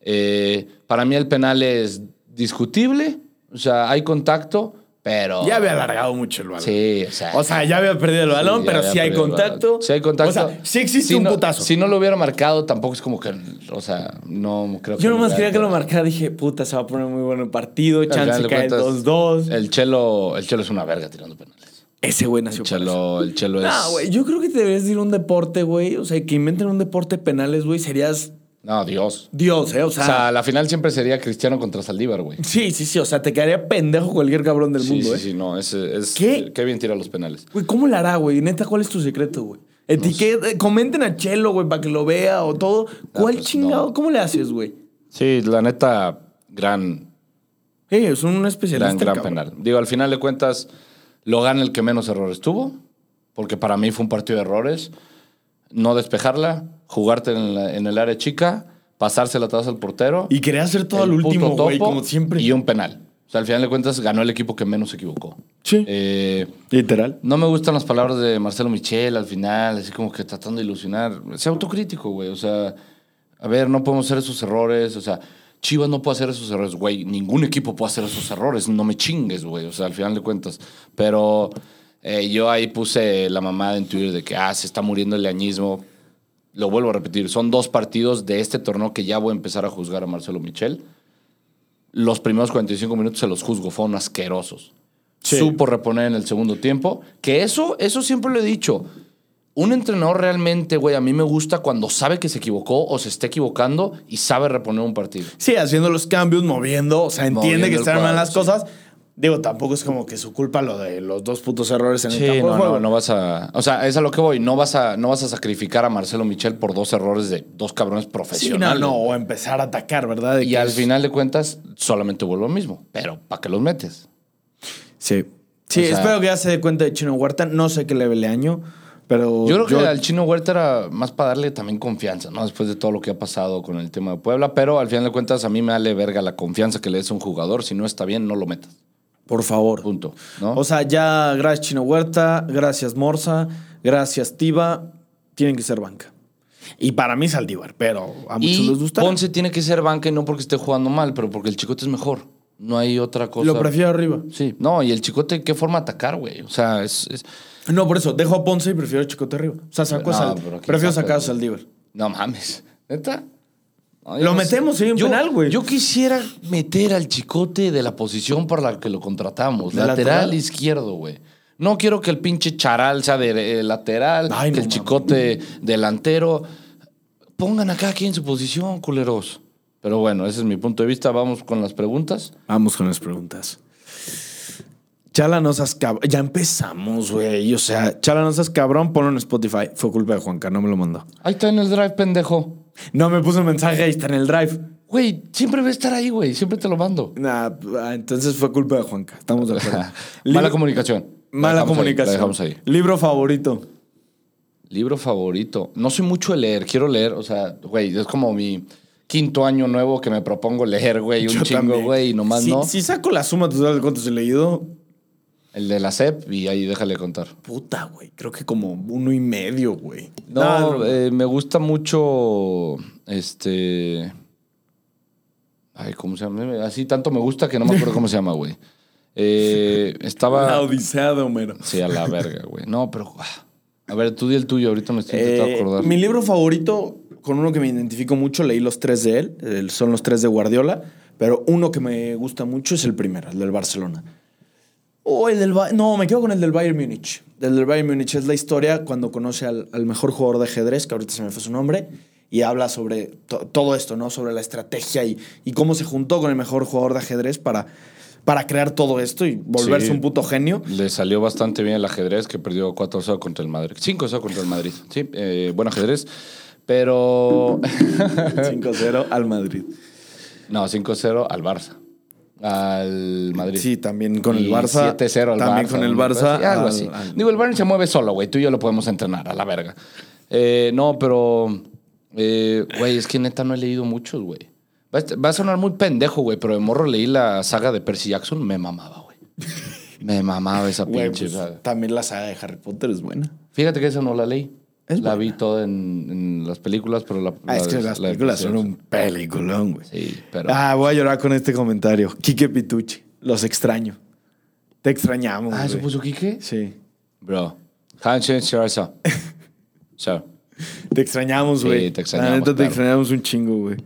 A: Eh, para mí el penal es discutible. O sea, hay contacto, pero.
B: Ya había alargado mucho el balón.
A: Sí, o sea.
B: O sea, ya había perdido el balón,
A: Sí,
B: pero
A: ya
B: si hay
A: había perdido el
B: contacto.
A: balón. Si hay contacto.
B: O sea, sí existe
A: Si
B: un
A: no-
B: putazo.
A: Si no lo hubiera marcado, tampoco es como que. O sea, no creo que.
B: yo nomás quería que lo
A: hubiera-
B: marcara. Dije, puta, se va a poner muy bueno el partido.
A: Al final
B: Chance
A: de
B: cae
A: cuentas,
B: 2-2.
A: El chelo, el chelo es una verga tirando penales.
B: Ese güey nació
A: El
B: para eso.
A: chelo, el chelo es.
B: No, güey, yo creo que te deberías de ir a un deporte, güey. O sea, que inventen un deporte de penales, güey, serías
A: No, Dios.
B: Dios, ¿eh? O
A: O
B: sea,
A: sea, la final siempre sería Cristiano contra Saldívar, güey.
B: sí, sí, sí. O sea, te quedaría pendejo cualquier cabrón del
A: Sí,
B: mundo,
A: sí,
B: ¿eh?
A: sí, no. Es, es,
B: ¿Qué?
A: bien tira los penales.
B: Güey, ¿cómo la hará, güey? Neta, ¿cuál es tu secreto, güey? Etiqueta, eh, comenten a Chelo, güey, para que lo vea o todo. ¿Cuál
A: pues,
B: chingado?
A: no.
B: ¿Cómo le haces, güey?
A: Sí, la neta, gran,
B: Ey, Eh, es un especialista.
A: gran, gran
B: cabrón.
A: penal. Digo, al final de cuentas, lo gana el que menos errores tuvo, porque para mí fue un partido de errores. No despejarla, jugarte en, la- en el área chica, pasársela atrás al portero.
B: Y quería hacer todo al
A: el puto
B: último, güey,
A: topo
B: como siempre.
A: Y un penal. O sea, al final de cuentas, ganó el equipo que menos se equivocó.
B: Sí.
A: Eh,
B: Literal.
A: No me gustan las palabras de Marcelo Michel al final, así como que tratando de ilusionar. Sea autocrítico, güey. O sea, a ver, no podemos hacer esos errores. O sea, Chivas no puede hacer esos errores, güey. Ningún equipo puede hacer esos errores. No me chingues, güey. O sea, al final de cuentas. Pero eh, yo ahí puse la mamada en Twitter de que, ah, se está muriendo el leañismo. Lo vuelvo a repetir, son dos partidos de este torneo que ya voy a empezar a juzgar a Marcelo Michel. Los primeros 45 minutos se los juzgo, fueron asquerosos
B: Sí.
A: supo reponer en el segundo tiempo. Que eso, eso siempre lo he dicho. Un entrenador realmente, güey, a mí me gusta cuando sabe que se equivocó o se está equivocando y sabe reponer un partido.
B: Sí, haciendo los cambios, moviendo. O sea, entiende
A: Moviendo
B: que
A: el
B: están mal
A: cuadro,
B: las
A: sí.
B: cosas. Digo, tampoco es como que su culpa lo de los dos putos errores en el campo de
A: no,
B: juego.
A: no, no vas a. O sea, es a lo que voy. No vas a, no vas a sacrificar a Marcelo Michel por dos errores de dos cabrones
B: Sí, no,
A: profesionales.
B: no. O empezar a atacar, ¿verdad? De
A: Y
B: que
A: al
B: es-
A: final de cuentas, solamente vuelvo lo mismo. Pero, ¿para qué los metes?
B: Sí. Sí,
A: O sea-
B: espero que ya se dé cuenta de Chino Huerta. No sé qué level le año, pero.
A: Yo creo que al chino Huerta era más para darle también confianza, ¿no? Después de todo lo que ha pasado con el tema de Puebla, pero al final de cuentas a mí me vale verga la confianza que le des a un jugador. Si no está bien, no lo metas.
B: Por favor.
A: Punto. ¿no?
B: O sea, ya gracias Chino Huerta, gracias Morsa, gracias Tiva. Tienen que ser banca. Y para mí Saldívar, pero a muchos
A: y
B: les gusta.
A: Ponce tiene que ser banca y no porque esté jugando mal, pero porque el chicote es mejor. No hay otra cosa.
B: Lo prefiero arriba.
A: Sí, no, y el chicote, ¿qué forma de atacar, güey? O sea, es, es-
B: No, por eso, dejo a Ponce y prefiero a Chicote arriba. O sea, saco a
A: No,
B: Sal-
A: pero aquí
B: Prefiero
A: saca-
B: sacar a Saldívar.
A: No mames. ¿Neta? No, yo
B: Lo
A: no sé.
B: metemos, sí, en
A: Yo-
B: penal, güey.
A: Yo quisiera meter al chicote de la posición por la que lo contratamos.
B: ¿De
A: Lateral,
B: lateral?
A: izquierdo, güey. No quiero que el pinche charal sea de eh, lateral,
B: Ay, no
A: que el
B: mames.
A: chicote delantero. Pongan acá aquí en su posición, culeros. Pero bueno, ese es mi punto de vista. Vamos con las preguntas.
B: Vamos con las preguntas. Chala, no seas cabrón. Ya empezamos, güey. O sea, Chala, no seas cabrón, ponlo en Spotify. Fue culpa de Juanca, no me lo mandó.
A: Ahí está en el drive, pendejo.
B: No, me puso un mensaje, ahí está en el drive.
A: Güey, siempre va a estar ahí, güey. Siempre te lo mando.
B: Nah, ah, entonces fue culpa de Juanca. Estamos de acuerdo.
A: Mala
B: Lib-
A: comunicación. La
B: Mala
A: dejamos ahí,
B: comunicación.
A: la dejamos ahí.
B: Libro favorito.
A: Libro favorito. No soy mucho de leer, quiero leer, o sea, güey, es como mi quinto año nuevo que me propongo leer, güey, un
B: Yo
A: chingo,
B: también.
A: güey, y nomás
B: si,
A: no.
B: Si saco la suma total de cuántos he leído,
A: El de la CEP y ahí déjale contar.
B: puta, güey. Creo que como uno y medio, güey.
A: No,
B: Nah, broma.
A: eh, me gusta mucho este Ay, ¿cómo se llama? Así tanto me gusta que no me acuerdo cómo se llama, güey. Eh,
B: La
A: estaba
B: odisea de Homero.
A: Sí, a la verga, güey. No, pero ah. a ver, tú di el tuyo, ahorita me estoy intentando
B: Eh,
A: acordar.
B: mi libro favorito, con uno que me identifico mucho, leí los tres de él, eh, son los tres de Guardiola, pero uno que me gusta mucho es el primero, el del Barcelona. O el del Ba- No, me quedo con el del Bayern Múnich. El del Bayern Múnich es la historia cuando conoce al, al mejor jugador de ajedrez, que ahorita se me fue su nombre, y habla sobre to- todo esto, ¿no? Sobre la estrategia y, y cómo se juntó con el mejor jugador de ajedrez para, para crear todo esto y volverse
A: Sí.
B: un puto genio.
A: Le salió bastante bien el ajedrez, que perdió 4-0 contra el Madrid. 5-0 contra el Madrid. Sí, eh, buen ajedrez. Pero.
B: 5-0 al Madrid.
A: No, 5-0 al Barça. Al Madrid.
B: Sí, también con el
A: Y
B: Barça.
A: 7-0 al
B: también
A: Barça.
B: con el
A: una cosa
B: Barça.
A: así, algo
B: al-
A: así.
B: al-
A: Digo, el Bayern se mueve solo, güey. Tú y yo lo podemos entrenar, a la verga. Eh, no, pero. eh, Güey, es que neta no he leído muchos, güey. Va a est- Va a sonar muy pendejo, güey, pero de morro leí la saga de Percy Jackson. Me mamaba, güey. Me mamaba esa
B: Güey,
A: pinche
B: pues,
A: saga.
B: también la saga de Harry Potter es buena.
A: Fíjate que esa no la leí.
B: Es
A: la
B: buena.
A: vi toda en, en las películas, pero la.
B: Ah,
A: la
B: es que
A: de-
B: las
A: la de
B: películas
A: Percy
B: son un peliculón, güey.
A: Jackson. Sí, pero. Ah,
B: Ah, voy a llorar con este comentario. Quique Pitucci. Los extraño. Te extrañamos.
A: Ah, ¿eso
B: güey.
A: puso Quique?
B: Sí.
A: Bro. Hansen Sarasa. Sir.
B: Te extrañamos, güey.
A: te extrañamos,
B: La neta, te
A: claro.
B: extrañamos un chingo, güey.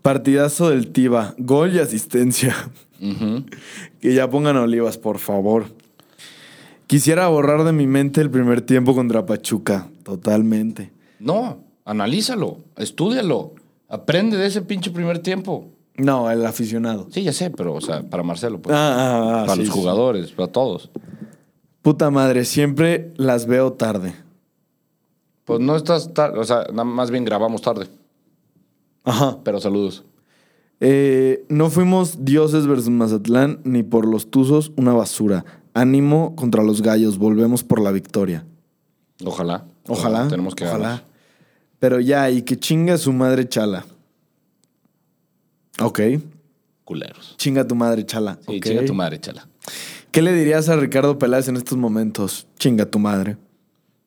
B: Partidazo del Tiba. Gol y asistencia.
A: Ujú.
B: Que ya pongan a olivas, por favor. Quisiera borrar de mi mente el primer tiempo contra Pachuca. Totalmente.
A: No, analízalo, estúdialo, aprende de ese pinche primer tiempo.
B: No, el aficionado.
A: Sí, ya sé, pero, o sea, para Marcelo, pues,
B: Ah, ah, ah,
A: para
B: sí,
A: los
B: sí.
A: jugadores, para todos.
B: Puta madre, siempre las veo tarde.
A: Pues no estás tarde, o sea, nada más bien grabamos tarde,
B: Ajá.
A: pero saludos.
B: Eh, no fuimos dioses versus Mazatlán ni por los tuzos una basura. Ánimo contra los gallos, volvemos por la victoria.
A: Ojalá.
B: Ojalá.
A: Tenemos que
B: ojalá.
A: ganar.
B: Pero ya, y que chinga su madre chala. Ok.
A: Culeros.
B: Chinga tu madre chala.
A: Sí,
B: ok.
A: chinga tu madre, chala.
B: ¿Qué le dirías a Ricardo Peláez en estos momentos? Chinga tu madre.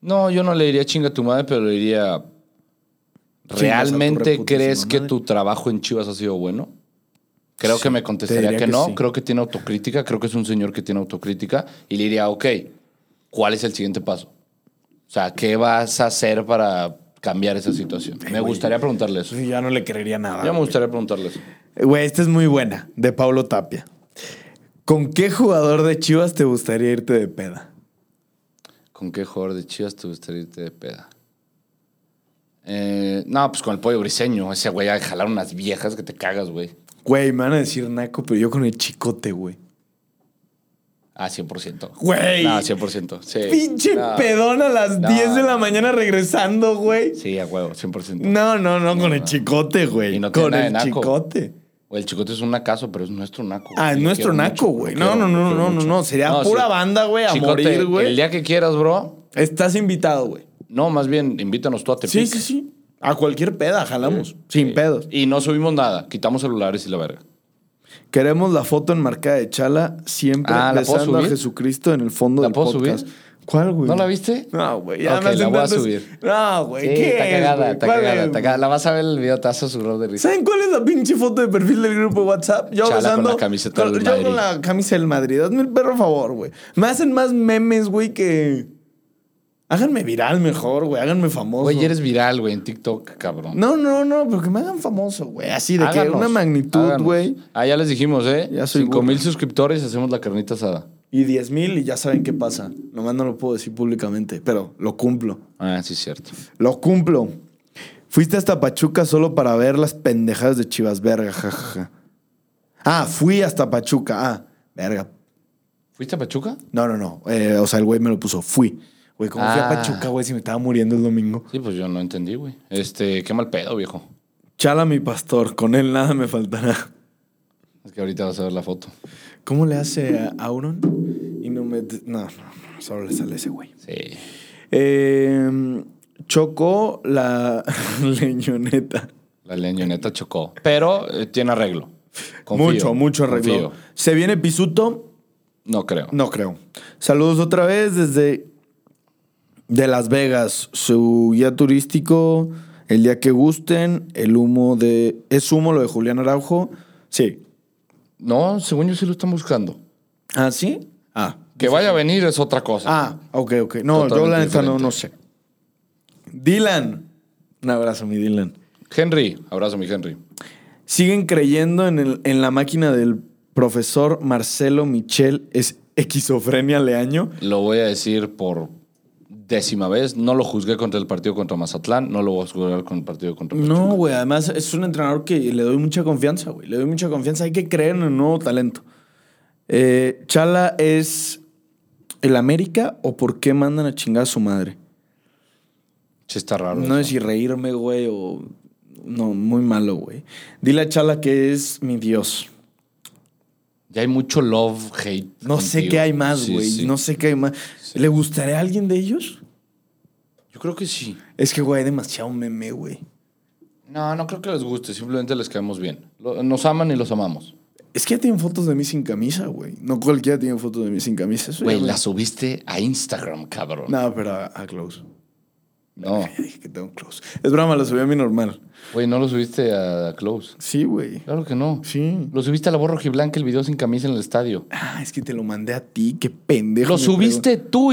A: No, yo no le diría chinga tu madre, pero le diría.
B: Chingas a tu
A: ¿Realmente
B: reputísima
A: crees que
B: madre".
A: tu trabajo en Chivas ha sido bueno? Creo que me contestaría
B: diría
A: que,
B: que
A: no.
B: sí.
A: Creo que tiene autocrítica. Creo que es un señor que tiene autocrítica. Y le diría, ok, ¿cuál es el siguiente paso? O sea, ¿qué vas a hacer para cambiar esa situación? Me gustaría preguntarle eso.
B: Ya no le creería nada.
A: Ya me gustaría preguntarle eso.
B: Güey, esta es muy buena, de Paulo Tapia. ¿Con qué jugador de Chivas te gustaría irte de peda?
A: ¿Con qué jugador de Chivas te gustaría irte de peda? Eh, no, pues con el pollo briseño. Ese güey a jalar unas viejas que te cagas, güey.
B: Güey, me van a decir naco, pero yo con el chicote, güey.
A: Ah, 100%.
B: Güey.
A: No, 100%. Sí.
B: Pinche
A: No.
B: pedón a las
A: No.
B: 10 de la mañana regresando, güey.
A: Sí, a huevo, 100%.
B: No, no, no, con el chicote, güey.
A: Y no tiene
B: con
A: nada de
B: el
A: naco.
B: chicote.
A: O el chicote es un nacazo, pero es nuestro naco.
B: Ah, es
A: Lo
B: nuestro
A: quiero
B: naco,
A: mucho,
B: güey.
A: lo
B: No,
A: quiero,
B: no,
A: lo
B: no,
A: quiero
B: no, no,
A: mucho.
B: no. Sería pura
A: sí.
B: banda, güey, a
A: Chicote,
B: morir, güey.
A: El día que quieras, bro.
B: Estás invitado, güey.
A: No, más bien, invítanos tú a Tepic.
B: Sí, sí, sí. A cualquier peda jalamos. Sin pedos.
A: Y no subimos nada. Quitamos celulares y la verga.
B: Queremos la foto enmarcada de Chala siempre
A: Ah, ¿la puedo
B: besando a
A: subir?
B: Jesucristo en el fondo
A: ¿La
B: del
A: puedo
B: podcast.
A: subir?
B: ¿Cuál, güey?
A: ¿No la viste?
B: No, güey. Ya
A: Ok,
B: me hacen
A: la voy a
B: tantas-
A: subir.
B: No, güey.
A: Sí,
B: ¿qué
A: está
B: es,
A: cagada,
B: güey?
A: está
B: ¿Cuál
A: cagada,
B: es,
A: está
B: güey?
A: cagada. La vas a ver en el video, te vas a sudor de risa.
B: ¿Saben cuál es la pinche foto de perfil del grupo de WhatsApp? Yo
A: Chala con
B: besando-
A: la camiseta del
B: Yo
A: Madrid.
B: con la camisa del Madrid. Hazme el perro favor, güey. Me hacen más memes, güey, que. Háganme viral mejor, güey. Háganme famoso.
A: Güey, eres viral, güey, en TikTok, cabrón.
B: No, no, no, pero que me hagan famoso, güey. Así de que
A: Háganos,
B: una magnitud,
A: háganos.
B: güey.
A: Ah, ya les dijimos, ¿eh?
B: Ya soy
A: 5
B: burro.
A: mil suscriptores y hacemos la carnita asada.
B: Y 10 mil y ya saben qué pasa. Nomás no lo puedo decir públicamente, pero lo cumplo.
A: Ah, sí, es cierto.
B: Lo cumplo. Fuiste hasta Pachuca solo para ver las pendejadas de Chivas, verga, jajaja. Ah, fui hasta Pachuca, ah, verga.
A: ¿Fuiste a Pachuca?
B: No, no, no. Eh, o sea, el güey me lo puso, fui. Güey, ¿cómo fui a
A: Ah.
B: Pachuca, güey, si me estaba muriendo el domingo?
A: Sí, pues yo no entendí, güey. Este, qué mal pedo, viejo.
B: Chala mi pastor, con él nada me faltará.
A: Es que ahorita vas a ver la foto.
B: ¿Cómo le hace a Auron? Y no me... No, no, no, solo le sale ese güey.
A: Sí.
B: Eh, chocó la leñoneta.
A: La leñoneta chocó. Pero eh, tiene arreglo. Confío,
B: mucho, mucho arreglo.
A: confío.
B: ¿Se viene Pisuto?
A: No creo.
B: No creo. Saludos otra vez desde de Las Vegas, su guía turístico, el día que gusten, el humo de... ¿Es humo lo de Julián Araujo? Sí.
A: No, según yo sí lo están buscando.
B: ¿Ah, sí? Ah.
A: Que vaya a venir es otra cosa.
B: Ah, ok, ok. No,
A: Totalmente
B: yo la neta no,
A: diferente.
B: no sé. Dylan. Un abrazo, mi Dylan.
A: Henry, abrazo mi Henry.
B: siguen creyendo en, el- en la máquina del profesor Marcelo Michel es esquizofrenia Leaño.
A: Lo voy a decir por décima vez. No lo juzgué contra el partido contra Mazatlán. No lo voy a juzgar con el partido contra Pachuca.
B: No, güey, además es un entrenador que le doy mucha confianza, güey. Le doy mucha confianza. Hay que creer en el nuevo talento. Eh, Chala es el América o por qué mandan a chingar a su madre.
A: Sí está raro.
B: No
A: eso.
B: sé si reírme, güey, o... No, muy malo, güey. Dile a Chala que es mi Dios.
A: Ya hay mucho love, hate.
B: No sé
A: contigo.
B: qué hay más,
A: Sí,
B: güey.
A: sí.
B: No sé qué hay más. ¿Le gustaría a alguien de ellos?
A: Yo creo que sí.
B: Es que, güey, hay demasiado meme, güey.
A: No, no creo que les guste. Simplemente les caemos bien. Lo- Nos aman y los amamos.
B: Es que ya tienen fotos de mí sin camisa, güey. No cualquiera tiene fotos de mí sin camisa. Eso ya
A: Güey,
B: me-
A: la subiste a Instagram, cabrón.
B: No, pero a, a Close.
A: No.
B: Ya dije que tengo Close. Es broma, lo subí a mi normal.
A: Güey, no lo subiste a Close.
B: Sí, güey.
A: Claro que no.
B: Sí.
A: Lo subiste a la voz rojiblanca el video sin camisa en el estadio.
B: Ah, es que te lo mandé a ti, qué pendejo.
A: Lo
B: me
A: subiste tú,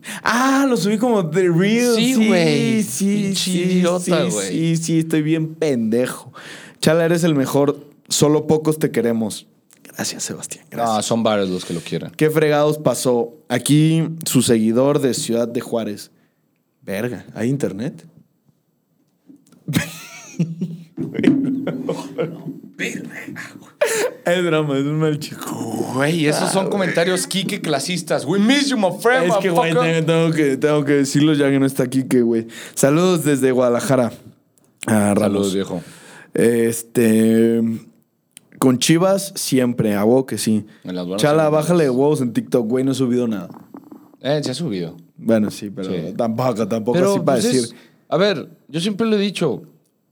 B: pregunto. Ah, lo subí como The Real.
A: Sí,
B: Sí,
A: güey.
B: sí,
A: Pinche
B: sí,
A: idiota,
B: sí,
A: güey.
B: sí, sí, estoy bien pendejo. Chala, eres el mejor. Solo pocos te queremos. Gracias, Sebastián. Gracias.
A: No, son varios los que lo quieren.
B: ¿Qué fregados pasó? Aquí su seguidor de Ciudad de Juárez. Verga, ¿hay internet? es drama, es un mal chico.
A: Güey, esos son comentarios Kike clasistas. We miss you, my friend,
B: Es que, güey,
A: motherfucker.
B: tengo, tengo que, tengo que decirlo ya que no está aquí, que, güey. Saludos desde Guadalajara. Ah, Ramos.
A: Saludos, viejo.
B: Este. Con Chivas, siempre, a vos que sí.
A: En las buenas
B: Chala,
A: y malas.
B: bájale de huevos en TikTok, güey, no he subido nada.
A: Eh, se ha subido.
B: Bueno, sí, pero
A: Sí.
B: tampoco, tampoco así para
A: pues, es-
B: decir.
A: a ver, yo siempre le he dicho,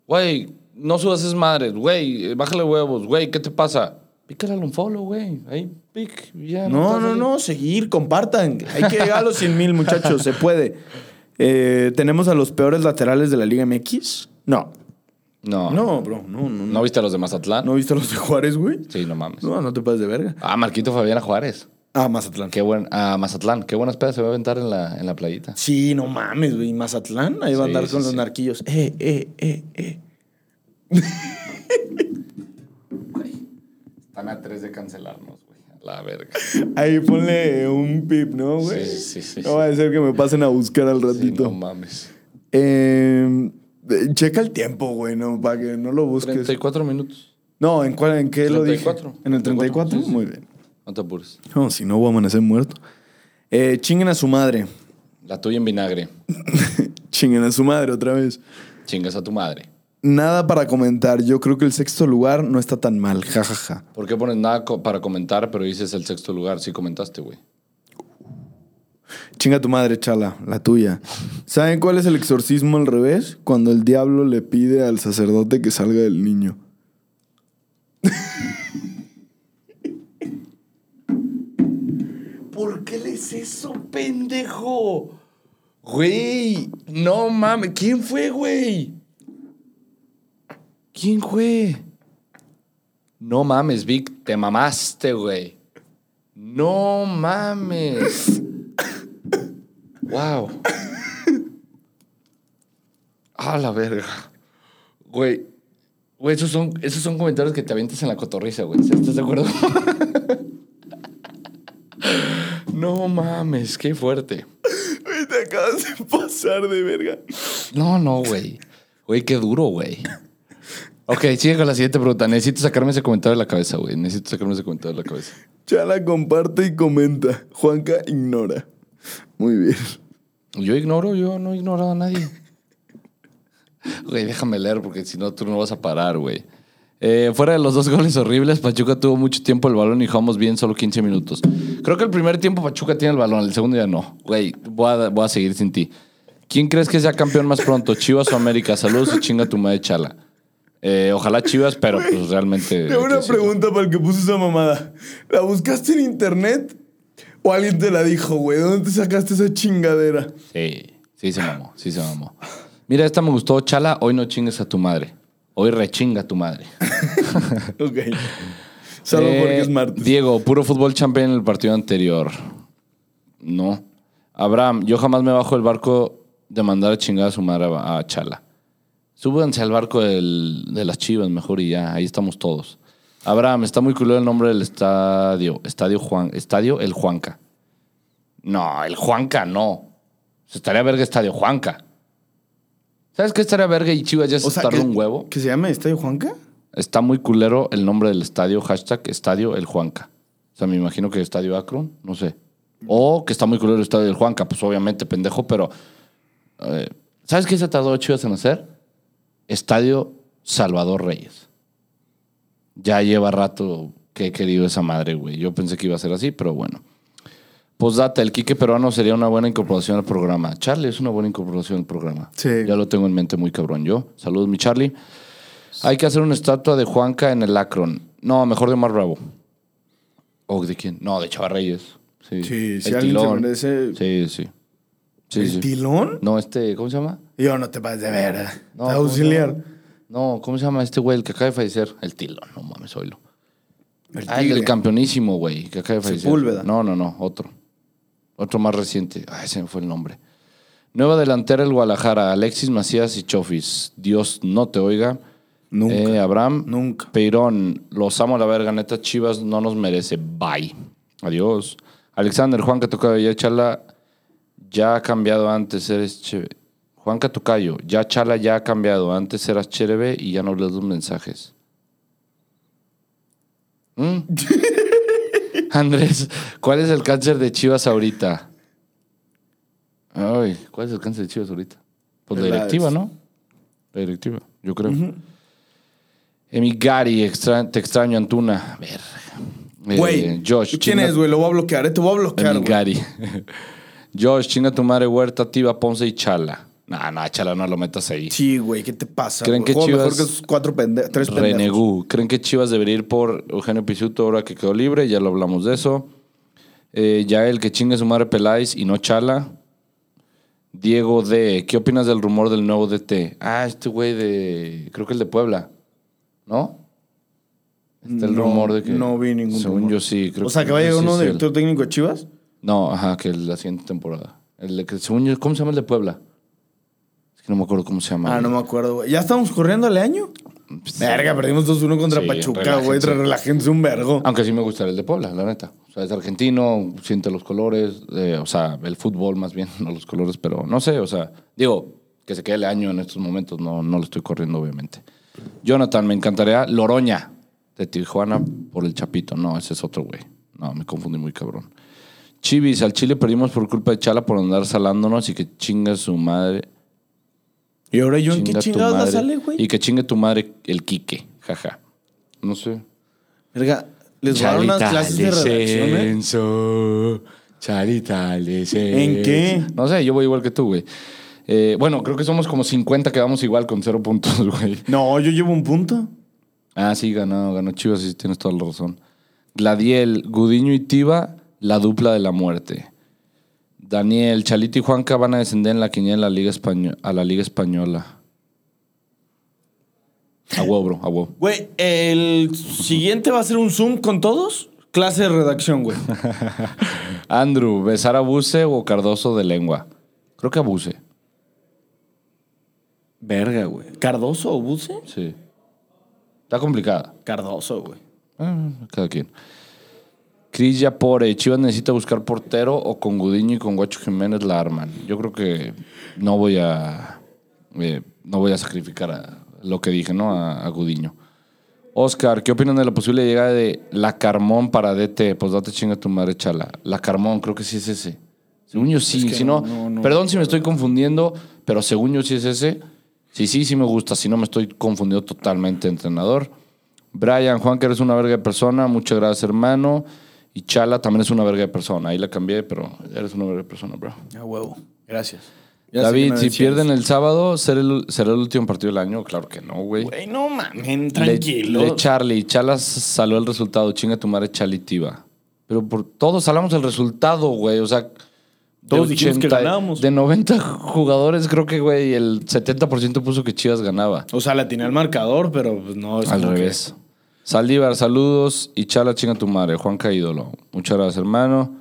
A: güey, no subas es madres, güey, eh, bájale huevos, güey, ¿qué te pasa? Pícale al unfollow, güey. Ahí, pic, ya.
B: No,
A: pasa
B: no,
A: nada.
B: no, seguir, compartan. Hay que llegar a los 100 mil, muchachos, se puede. Eh, ¿Tenemos a los peores laterales de la Liga MX? No.
A: No. no.
B: No, bro, no, no. ¿No,
A: ¿No viste a los de Mazatlán?
B: ¿No viste a los de Juárez, güey?
A: Sí, no mames.
B: No, no te pases de verga.
A: Ah, Marquito Fabiana Juárez.
B: Ah, Mazatlán.
A: Qué buen, ah, Mazatlán, qué buenas pedas se va a aventar en la, en la playita.
B: Sí, no mames, güey. Mazatlán, ahí va a
A: Sí,
B: andar
A: sí,
B: con los
A: sí.
B: narquillos. Eh, eh, eh, eh.
A: Están a tres de cancelarnos, güey. La verga.
B: Ahí ponle un pip, ¿no, güey?
A: Sí, sí, sí,
B: No va a ser que me pasen a buscar al ratito.
A: no mames.
B: Eh, checa el tiempo, güey, no, para que no lo busques.
A: 34 minutos.
B: No, ¿en, cuál, en qué lo dije?
A: 34.
B: ¿En el 34?
A: 34, sí, sí.
B: Muy bien.
A: No te apures.
B: No, si no, voy a amanecer muerto. Eh, chinguen a su madre.
A: La tuya en vinagre.
B: chinguen a su madre otra vez.
A: Chingas a tu madre.
B: Nada para comentar. Yo creo que el sexto lugar no está tan mal. Ja, ja, ja.
A: ¿Por qué pones nada co- para comentar, pero dices el sexto lugar? Sí comentaste, güey.
B: Chinga tu madre, chala, la tuya. ¿Saben cuál es el exorcismo al revés? Cuando el diablo le pide al sacerdote que salga del niño.
A: ¿Por qué lees eso, pendejo? Güey, no mames. ¿Quién fue, güey? ¿Quién fue? No mames, Vic, te mamaste, güey. No mames. wow. A la verga. Güey. Güey, esos son, esos son comentarios que te avientas en la cotorriza, güey. ¿Estás de acuerdo? no mames, qué fuerte.
B: Te acabas de pasar de verga.
A: No, no, güey. Güey, qué duro, güey. Ok, sigue con la siguiente pregunta. Necesito sacarme ese comentario de la cabeza, güey. Necesito sacarme ese comentario de la cabeza.
B: Chala comparte y comenta. Juanca ignora. Muy bien.
A: Yo ignoro, yo no he ignorado a nadie. Güey, déjame leer porque si no tú no vas a parar, güey. Eh, fuera de los dos goles horribles, Pachuca tuvo mucho tiempo el balón y jugamos bien solo 15 minutos. Creo que el primer tiempo Pachuca tiene el balón, el segundo ya no. Güey, voy a, voy a seguir sin ti. ¿Quién crees que sea campeón más pronto? ¿Chivas o América? Saludos y chinga tu madre chala. Eh, ojalá Chivas, pero pues
B: Tengo
A: realmente... hay que
B: una
A: decirlo.
B: pregunta para el que puso esa mamada. ¿La buscaste en internet? ¿O alguien te la dijo, güey? ¿Dónde te sacaste esa chingadera?
A: Sí, sí se mamó, sí se mamó. Mira, esta me gustó, chala, hoy no chingues a tu madre. Hoy rechinga a tu madre.
B: Ok. Salvo
A: Eh,
B: porque es martes.
A: Diego, puro fútbol champion en el partido anterior. No. Abraham, yo jamás me bajo del barco de mandar a chingar a su madre a, a Chala. Súbanse al barco del- de las chivas mejor y ya, ahí estamos todos. Abraham, está muy culero el nombre del estadio. Estadio Juan, Estadio El Juanca. No, el Juanca no. Estaría verga Estadio Juanca. ¿Sabes qué estaría verga y Chivas ya se tardó
B: que-
A: un huevo?
B: ¿Que se llame Estadio Juanca?
A: Está muy culero el nombre del estadio, hashtag Estadio El Juanca. O sea, me imagino que Estadio Akron, no sé. O que está muy culero el Estadio El Juanca, pues obviamente, pendejo, pero... eh, ¿Sabes qué se tardó Chivas en hacer? Estadio Salvador Reyes. Ya lleva rato que he querido esa madre, güey. Yo pensé que iba a ser así, pero bueno. Postdata, el Quique peruano sería una buena incorporación al programa. Charlie es una buena incorporación al programa.
B: Sí.
A: Ya lo tengo en mente muy cabrón yo. Saludos, mi Charlie. Hay que hacer una estatua de Juanca en el Akron. No, mejor de Omar Bravo. ¿O de quién? No, de Chava Reyes. Sí,
B: Sí, si
A: El
B: alguien se
A: Tilón.
B: merece-
A: Sí, sí. Sí,
B: ¿El
A: sí.
B: tilón?
A: No, este, ¿cómo se llama?
B: Yo no te pases de ver.
A: No, ¿cómo se
B: auxiliar.
A: llama? No, ¿cómo se llama este güey? El que acaba de fallecer. El Tilón, no mames, oílo.
B: El
A: Ah, el del
B: tigre.
A: campeonísimo, güey, que acaba de fallecer.
B: Sepúlveda.
A: No, no, no, otro. Otro más reciente. Ah, ese me fue el nombre. Nueva delantera el Guadalajara, Alexis Macías y Chofis. Dios no te oiga.
B: Nunca.
A: Eh, Abraham.
B: Nunca.
A: Peirón, los amo a la verga, neta, Chivas no nos merece. Bye. Adiós. Alexander, Juan Catocayo, ya Chala ya ha cambiado antes, eres chévere. Juan Catocayo, ya Chala ya ha cambiado, antes eras chévere y ya no lees los mensajes. ¿Mm? Andrés, ¿cuál es el cáncer de Chivas ahorita? Ay, ¿cuál es el cáncer de Chivas ahorita? Pues la
B: La-
A: directiva, ¿no? La directiva, yo creo. Emigari, extra- te extraño, Antuna. Verga. Eh,
B: Güey,
A: Josh,
B: ¿quién
A: chinga-
B: es, güey? Lo voy a bloquear, ¿eh? Te voy a bloquear, güey.
A: Emigari. Josh, chinga tu madre, Huerta, Tiva, Ponce y Chala. Nah, nah, Chala, no lo metas ahí.
B: Sí, güey, ¿qué te pasa?
A: ¿Creen
B: güey?
A: que
B: Juego mejor
A: Chivas-
B: que esos cuatro pende- tres pendejos.
A: Renegú. ¿Creen que Chivas debería ir por Eugenio Pisuto ahora que quedó libre? Ya lo hablamos de eso. Eh, Yael, que chingue su madre Peláez y no Chala. Diego D. ¿Qué opinas del rumor del nuevo DT? Ah, este güey de. Creo que el de Puebla. ¿No? Está el
B: No,
A: rumor de que.
B: no vi ningún
A: Según
B: rumor.
A: yo sí. Creo
B: O sea, que va a llegar
A: ese
B: uno
A: es
B: director
A: el-
B: técnico de Chivas. Ah,
A: No, ajá, que la siguiente temporada. El de que, según yo, ¿cómo se llama el de Puebla? Es que no me acuerdo cómo se llama.
B: Ah, no me acuerdo, güey. ¿Ya estamos corriendo al año? Verga, perdimos 2-1 contra
A: Sí, Ah,
B: Pachuca, güey.
A: relájense.
B: Tra- Relájense un vergo.
A: Aunque sí me gusta el de Puebla, la neta. O sea, es argentino, siente los colores, eh, o sea, el fútbol más bien, no los colores, pero no sé, o sea, digo, que se quede el año en estos momentos, no, no lo estoy corriendo, obviamente. Jonathan, me encantaría Loroña, de Tijuana por el Chapito. No, ese es otro güey. No, me confundí muy cabrón. Chivis, al Chile perdimos por culpa de Chala por andar salándonos y que chinga su madre.
B: Y ahora yo en qué
A: Chinga tu
B: chingados la
A: madre.
B: sale, güey.
A: Y que chingue tu madre el Quique, jaja. No sé.
B: Verga, les voy a dar unas clases de redacción, ¿eh? ¿En qué?
A: No sé, yo voy igual que tú, güey. Eh, bueno, creo que somos como 50 que vamos igual con cero puntos, güey.
B: No, yo llevo un punto.
A: Ah, sí, ganó, ganó Chivas, sí tienes toda la razón. Gladiel, Gudiño y Tiba, la dupla de la muerte. Daniel, Chalito y Juanca van a descender en la quiniela a la Liga, Españo- a la Liga Española. A huevo, bro, a huevo.
B: Güey, el siguiente va a ser un Zoom con todos. Clase de redacción, güey.
A: Andrew, ¿besar a Buse o Cardoso de lengua? Creo que a Buse,
B: Verga, güey. ¿Cardoso o Buse?
A: sí. Está complicada.
B: Cardoso, güey.
A: Ah, cada quien. Cris Yapore, Chivas necesita buscar portero o con Gudiño y con Guacho Jiménez la arman. Yo creo que no voy a eh, no voy a sacrificar a- lo que dije, ¿no? A, a Gudiño. Oscar, ¿qué opinan de la posible llegada de La Carmón para DT? Pues date chinga tu madre chala. La Carmón, creo que sí es ese. Según yo sí,
B: que
A: si
B: no,
A: no,
B: no, no.
A: perdón si me estoy confundiendo, pero según yo sí es ese. Sí, sí, sí me gusta, si no me estoy confundiendo totalmente, entrenador. Brian, Juan, que eres una verga de persona, muchas gracias, hermano. Y Chala también es una verga de persona, ahí la cambié, pero eres una verga de persona, bro.
B: A huevo. Gracias.
A: David, si pierden el sábado, ¿será el, será el último partido del año? Claro que no, güey.
B: Güey, no mamen,
A: Le-
B: tranquilo.
A: Le, Charlie, Chala s- salió el resultado, chinga tu madre Chalitiva. Pero por todos hablamos el resultado, güey. O sea,
B: Todos dijimos que ganábamos.
A: De 90 jugadores, creo que, güey, el 70% puso que Chivas ganaba.
B: O sea, la tiene al marcador, pero pues, no es
A: Al
B: como que-
A: revés. Saldívar, saludos y chala, chinga tu madre. Juanca, ídolo. Muchas gracias, hermano.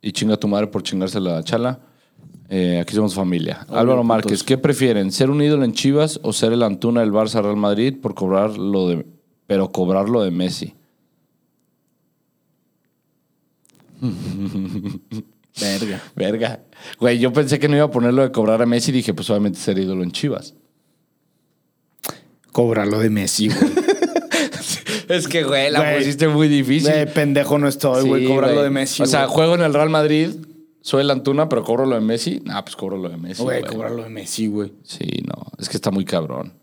A: Y chinga tu madre por chingarse la chala. Eh, aquí somos familia. Álvaro Márquez, ¿qué prefieren? ¿Ser un ídolo en Chivas o ser el Antuna del Barça Real Madrid por cobrar lo de. pero cobrar lo de Messi?
B: Verga.
A: Verga. Güey, yo pensé que no iba a poner lo de cobrar a Messi y dije, pues obviamente ser ídolo en Chivas.
B: Cóbralo de Messi, güey.
A: Es que, güey,
B: la pusiste
A: muy difícil.
B: Güey, pendejo no estoy, güey.
A: Sí,
B: Cóbralo
A: güey.
B: de Messi.
A: O sea,
B: güey.
A: juego en el Real Madrid, soy el Antuna, pero cobro lo de Messi. Ah, pues cobro lo de Messi.
B: Güey,
A: güey.
B: cóbralo de Messi, güey.
A: Sí, no. Es que está muy cabrón.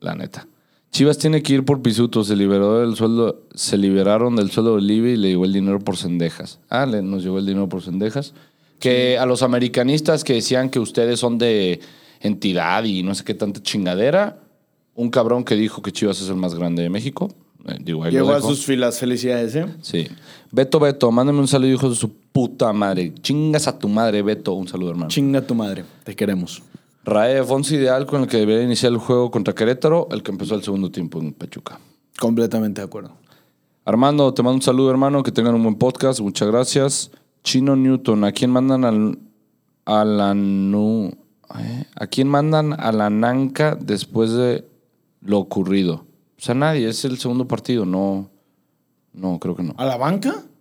A: La neta. Chivas tiene que ir por Pisuto. Se liberó del sueldo. Se liberaron del sueldo de Olivia y le llegó el dinero por Cendejas. Ah, le, nos llegó el dinero por Cendejas. Que a los americanistas que decían que ustedes son de entidad y no sé qué tanta chingadera, un cabrón que dijo que Chivas es el más grande de México. eh, digo, ahí lo
B: Llegó a
A: dejo.
B: sus filas. Felicidades, ¿eh?
A: Sí. Beto, Beto, mándame un saludo, hijo de su puta madre. Chingas a tu madre, Beto. Un saludo, hermano.
B: Chinga tu madre. Te queremos.
A: Raef, once ideal con el que debería iniciar el juego contra Querétaro, el que empezó el segundo tiempo en Pachuca.
B: Completamente de acuerdo.
A: Armando, te mando un saludo, hermano. Que tengan un buen podcast. Muchas gracias. Chino Newton, ¿a quién mandan al, a la nu- eh? ¿A quién mandan a la Nanca después de lo ocurrido? O sea, nadie. Es el segundo partido. No, no, creo que no.
B: ¿A la banca?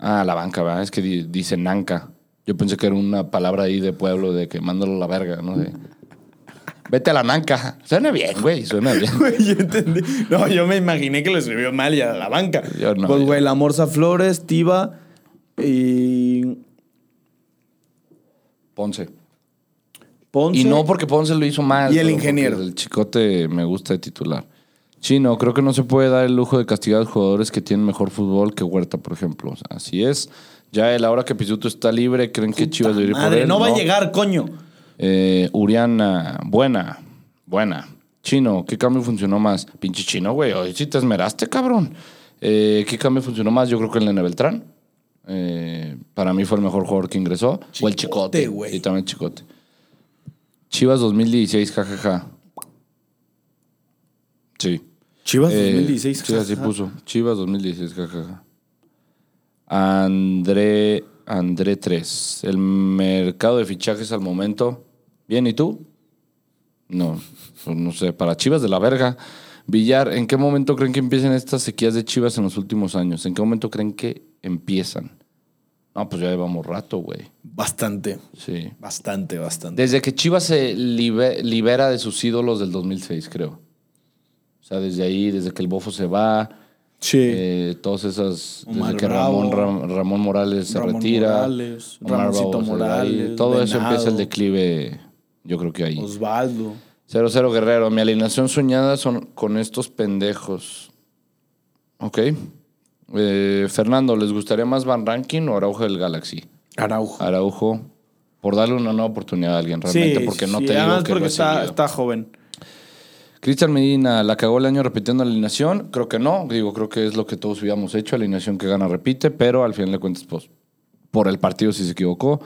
A: Ah, la banca, ¿verdad? Es que di- dice nanca. Yo pensé que era una palabra ahí de pueblo de que mándalo a la verga, ¿no? De, Vete a la nanca. Suena bien, güey, suena bien.
B: Güey, yo entendí. No, yo me imaginé que lo escribió mal y a la banca.
A: Yo no,
B: pues,
A: yo-
B: güey, la Morsa Flores, Tiba y
A: Ponce.
B: Ponce.
A: Y no porque Ponce lo hizo mal.
B: Y el
A: pero
B: ingeniero.
A: porque El chicote me gusta de titular. Chino, creo que no se puede dar el lujo de castigar a los jugadores que tienen mejor fútbol que Huerta, por ejemplo. O sea, así es. Ya el ahora que Pisuto está libre, creen que Chivas debería ir por
B: Madre,
A: él?
B: no va a llegar, coño.
A: Eh, Uriana, buena, buena. Chino, ¿qué cambio funcionó más? Pinche chino, güey, hoy sí te esmeraste, cabrón. Eh, ¿Qué cambio funcionó más? Yo creo que el Nene Beltrán. Eh, para mí fue el mejor jugador que ingresó. o el
B: Chicote,
A: Chicote.
B: güey.
A: Y también el Chicote. Chivas 2016, jajaja. Sí.
B: Chivas
A: Eh,
B: 2016.
A: Chivas sí puso. Chivas 2016, jajaja. André, André 3. El mercado de fichajes al momento. ¿Bien y tú? No, pues no sé. Para Chivas de la verga. Villar, ¿en qué momento creen que empiecen estas sequías de Chivas en los últimos años? ¿En qué momento creen que empiezan? Ah, pues ya llevamos rato, güey.
B: Bastante,
A: Sí.
B: bastante, bastante.
A: Desde que Chivas se libe- libera de sus ídolos del 2006, creo. O sea, desde ahí, desde que el bofo se va,
B: Sí.
A: eh, todas esas.
B: Omar
A: desde que
B: Bravo.
A: Ramón, Ram- Ramón Morales se
B: Ramón
A: retira.
B: Morales,
A: Omar
B: Ramoncito
A: Bravo se va ahí,
B: Morales,
A: todo eso
B: Venado.
A: empieza el declive Yo creo que ahí.
B: Osvaldo.
A: 0-0 Guerrero. Mi alineación soñada son con estos pendejos. Ok. Eh, Fernando, ¿les gustaría más Van Rankin o Araujo del Galaxy?
B: Araujo.
A: Araujo, por darle una nueva oportunidad a alguien Ah, realmente, porque no te digo
B: además
A: que lo
B: porque
A: he
B: está,
A: seguido.
B: está joven.
A: Cristian Medina, ¿la cagó el año repitiendo la alineación? Creo que no. Digo, creo que es lo que todos habíamos hecho. Alineación que gana repite, pero al final de cuentas, pues, por el partido si se equivocó.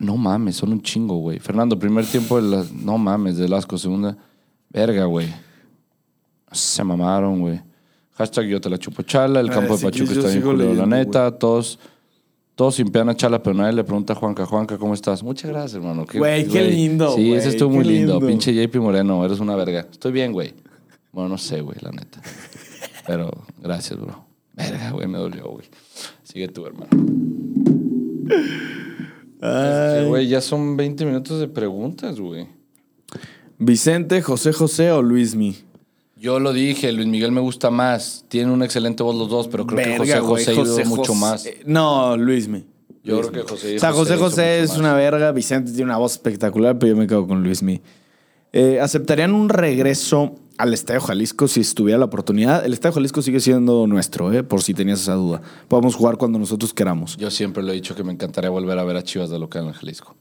A: No mames, son un chingo, güey. Fernando, primer tiempo de las... No mames, de Lasco, segunda. Verga, güey. Se mamaron, güey. Hashtag yo te la chupo chala. El
B: Ah,
A: campo de
B: sí,
A: Pachuca
B: yo
A: está bien
B: sigo
A: culero, la
B: leyendo,
A: neta. Todos... Todos sin piana chala, pero nadie le pregunta a Juanca, Juanca, ¿cómo estás? Muchas gracias, hermano.
B: Güey, qué lindo,
A: Sí, ese
B: güey,
A: estuvo
B: qué
A: muy lindo.
B: lindo.
A: Pinche JP Moreno, eres una verga. Estoy bien, güey. Bueno, no sé, güey, la neta. Pero gracias, bro. Verga, güey, me dolió, güey. Sigue tú, hermano.
B: Ah,
A: Este, Güey, ya son 20 minutos de preguntas, güey.
B: Vicente, José José o Luismi.
A: Yo lo dije, Luis Miguel me gusta más. Tienen una excelente voz los dos, pero creo que José José ayudó mucho más.
B: Eh, No, Luismi.
A: Yo creo que José
B: O sea, José José es una verga, Vicente tiene una voz espectacular, pero yo me quedo con Luismi. Eh, ¿Aceptarían un regreso al Estadio Jalisco si estuviera la oportunidad? El Estadio Jalisco sigue siendo nuestro, eh, por si tenías esa duda. Podemos jugar cuando nosotros queramos.
A: Yo siempre lo he dicho que me encantaría volver a ver a Chivas de local en Jalisco.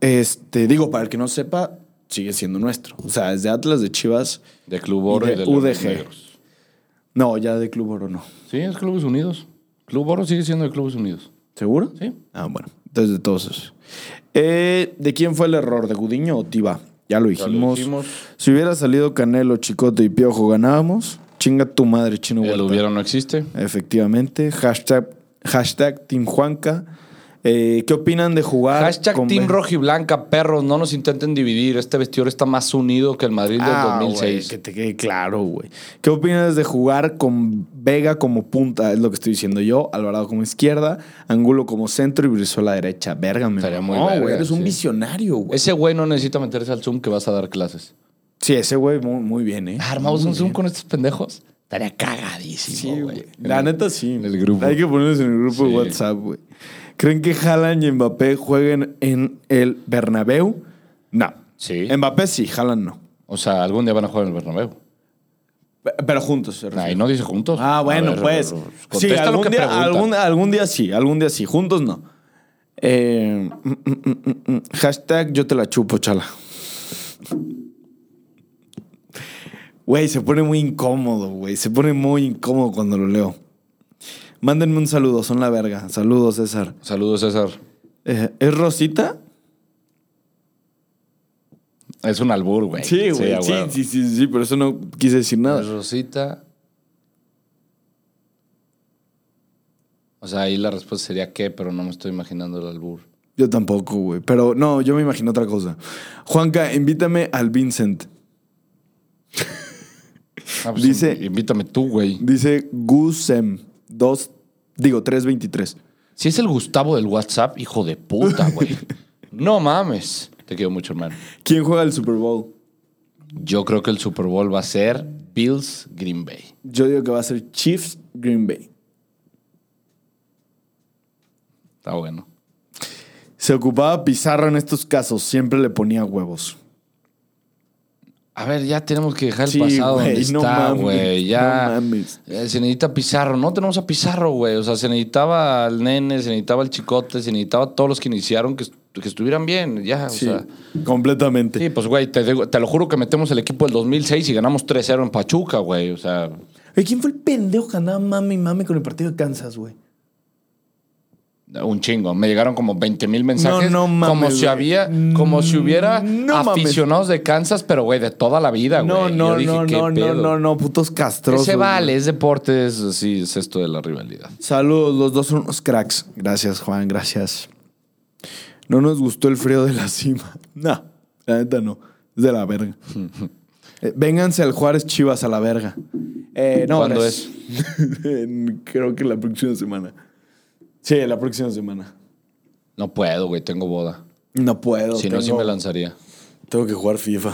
B: Este, digo, para el que no sepa, sigue siendo nuestro. O sea, desde Atlas, de Chivas.
A: De Club Oro y
B: Y
A: de,
B: de
A: Leones
B: UDG.
A: Negros.
B: No, ya de Club Oro no.
A: Sí, es Clubes Unidos. Club Oro sigue siendo de Clubes Unidos.
B: ¿Seguro?
A: Sí.
B: Ah, bueno. Entonces, de todos esos. Eh, ¿De quién fue el error? ¿De Gudiño o Tiba? Ya lo
A: Ya
B: dijimos.
A: lo dijimos.
B: Si hubiera salido Canelo, Chicote y Piojo, ganábamos. Chinga tu madre, Chino
A: El
B: Huerta.
A: hubiera no existe.
B: Efectivamente. Hashtag, hashtag Team Juanca. Eh, ¿Qué opinan de jugar?
A: Hashtag
B: con
A: Team
B: Ben-
A: Rojiblanca, perros, no nos intenten dividir. Este vestidor está más unido que el Madrid del
B: Ah, güey,
A: 2006.
B: que te quede claro, güey. ¿Qué opinas de jugar con Vega como punta? Es lo que estoy diciendo yo. Alvarado como izquierda, Angulo como centro y Brizuela derecha. Verga, mi
A: Estaría muy
B: No,
A: verga,
B: güey, eres un
A: sí.
B: visionario, güey.
A: Ese güey no necesita meterse al Zoom que vas a dar clases.
B: Sí, ese güey muy, muy bien, ¿eh?
A: Ah, Armamos un Zoom con estos pendejos. Estaría cagadísimo,
B: Sí,
A: güey.
B: güey. La neta sí.
A: en el grupo.
B: Hay que ponerlos en el grupo
A: Sí.
B: de WhatsApp, güey. ¿Creen que Haaland y Mbappé jueguen en el Bernabéu? No.
A: Sí.
B: Mbappé sí, Haaland no.
A: O sea, algún día van a jugar en el Bernabéu.
B: Pe- Pero juntos. se refiere.
A: Ahí no dice juntos.
B: Ah,
A: A
B: bueno,
A: ver,
B: pues. Sí,
A: Contesta lo
B: algún
A: que
B: día,
A: pregunta.
B: algún, algún día sí, algún día sí. Juntos no. Eh, mm, mm, mm, mm, mm. hashtag yo te la chupo, chala. Güey, se pone muy incómodo, güey. Se pone muy incómodo cuando lo leo. Mándenme un saludo, son la verga. Saludos, César.
A: Saludos, César.
B: Eh, ¿Es Rosita?
A: Es un albur, güey. a
B: Sí,
A: huevo.
B: sí, sí, sí, pero eso no quise decir
A: Es
B: nada.
A: Pues Rosita. O sea, ahí la respuesta sería qué, pero no me estoy imaginando el albur.
B: Yo tampoco, güey. Pero no, yo me imagino otra cosa. Juanca, invítame al Vincent.
A: Ah, pues,
B: Dice-
A: inv- Invítame tú, güey.
B: Dice Gusem 2, digo 323.
A: Si es el Gustavo del WhatsApp, hijo de puta, güey. no mames. Te quiero mucho, hermano.
B: ¿Quién juega el Super Bowl?
A: Yo creo que el Super Bowl va a ser Bills Green Bay.
B: Yo digo que va a ser Chiefs Green Bay.
A: Está bueno.
B: Se ocupaba Pizarro en estos casos, siempre le ponía huevos.
A: A ver, ya tenemos que dejar el
B: Sí,
A: pasado
B: güey,
A: donde
B: no
A: está,
B: mames,
A: güey. Ya.
B: no mames.
A: Eh, se necesita Pizarro. No tenemos a Pizarro, güey. O sea, se necesitaba al nene, se necesitaba al chicote, se necesitaba a todos los que iniciaron que, est- que estuvieran bien. Ya,
B: Sí,
A: o sea.
B: completamente.
A: Sí, pues, güey, te, digo- te lo juro que metemos el equipo del 2006 y ganamos 3-0 en Pachuca, güey. O sea,
B: Oye, ¿Quién fue el pendejo que andaba mami mami con el partido de Kansas, güey?
A: un chingo. Me llegaron como 20 mil mensajes.
B: No, no mames,
A: Como si
B: güey.
A: había, como si hubiera
B: No mames.
A: aficionados de Kansas, pero, güey, de toda la vida, güey.
B: No,
A: Yo
B: no,
A: dije,
B: no,
A: ¿qué
B: no, no,
A: pedo?
B: no, no, putos
A: Que
B: castrosos.
A: se vale,
B: güey.
A: es deporte, es así, es esto de la rivalidad.
B: Saludos, los dos son unos cracks. Gracias, Juan, gracias. No nos gustó el frío de la cima. No, la neta no. Es de la verga. Eh, vénganse al Juárez Chivas a la verga. Eh, no,
A: ¿Cuándo
B: res- En- creo que la próxima semana. Sí, la próxima semana.
A: No puedo, güey, tengo boda.
B: No puedo.
A: Si no, sí
B: tengo-
A: me lanzaría.
B: Tengo que jugar FIFA.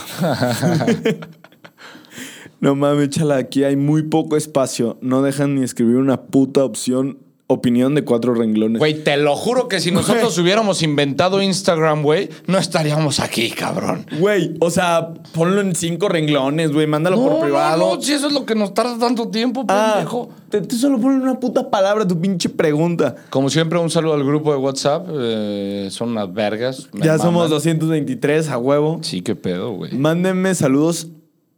B: no mames, chala, aquí hay muy poco espacio. No dejan ni escribir una puta opción opinión de cuatro renglones.
A: Güey, te lo juro que si nosotros
B: Güey.
A: hubiéramos inventado Instagram, güey, no estaríamos aquí, cabrón.
B: Güey, o sea, ponlo en cinco renglones, güey, mándalo por privado.
A: No, no, si eso es lo que nos tarda tanto tiempo,
B: ah,
A: pendejo.
B: te, te solo ponen una puta palabra a tu pinche pregunta.
A: Como siempre, un saludo al grupo de WhatsApp. eh, son unas vergas. me
B: ya
A: maman.
B: somos Mm. 223 a huevo.
A: Sí, qué pedo, güey.
B: Mándenme saludos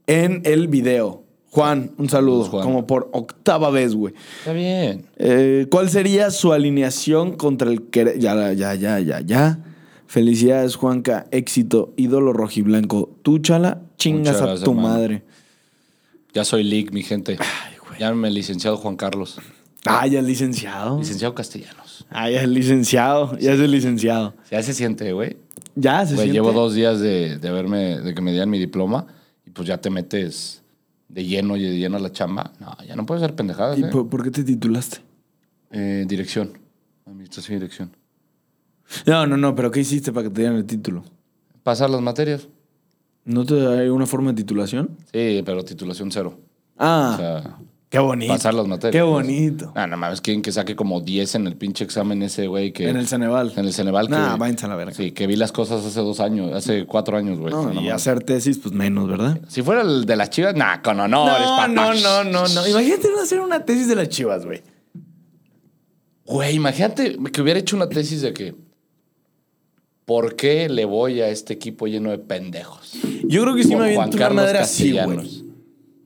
B: en el video. Juan, un saludo,
A: Juan.
B: como por octava vez, güey.
A: Está bien.
B: Eh, ¿Cuál sería su alineación contra el que Ya, ya, ya, ya, ya. Felicidades, Juanca. Éxito, ídolo rojiblanco. Tú, chala, chingas
A: Muchas
B: a
A: gracias,
B: tu
A: hermano.
B: madre.
A: Ya soy league, mi gente. Llámeme licenciado Juan Carlos.
B: Ah, ya es licenciado.
A: Licenciado Castellanos.
B: Ah, ya es licenciado. Ya es el licenciado.
A: Ya se siente, güey.
B: Ya se
A: Güey,
B: siente.
A: llevo dos días de, de haberme, de que me dieran mi diploma y pues ya te metes de lleno y de lleno a la chamba. No, ya no puedes ser pendejadas.
B: ¿Y
A: ¿eh?
B: por, por qué te titulaste?
A: Eh, dirección. Administración y dirección.
B: No, no, no, pero ¿qué hiciste para que te dieran el título?
A: Pasar las materias.
B: ¿No te hay una forma de titulación?
A: Sí, pero titulación cero.
B: Ah,
A: O sea,
B: qué bonito.
A: pasar las materias.
B: Qué bonito.
A: Ah, no mames, quieren que saque como 10 en el pinche examen ese, güey. Que,
B: En el Ceneval.
A: En el Ceneval.
B: Nah,
A: que-
B: váyanse a la verga.
A: Sí, que vi las cosas hace dos años, hace cuatro años, güey.
B: No,
A: No
B: y
A: mames.
B: hacer tesis, pues menos, ¿verdad?
A: Si fuera el de las chivas, nah, con honores, papá.
B: Imagínate hacer una tesis de las chivas, güey.
A: Güey, imagínate que hubiera hecho una tesis de que. ¿Por qué le voy a este equipo lleno de pendejos?
B: Yo creo que sí
A: Por
B: me aviento una madre así, güey.
A: Castellanos.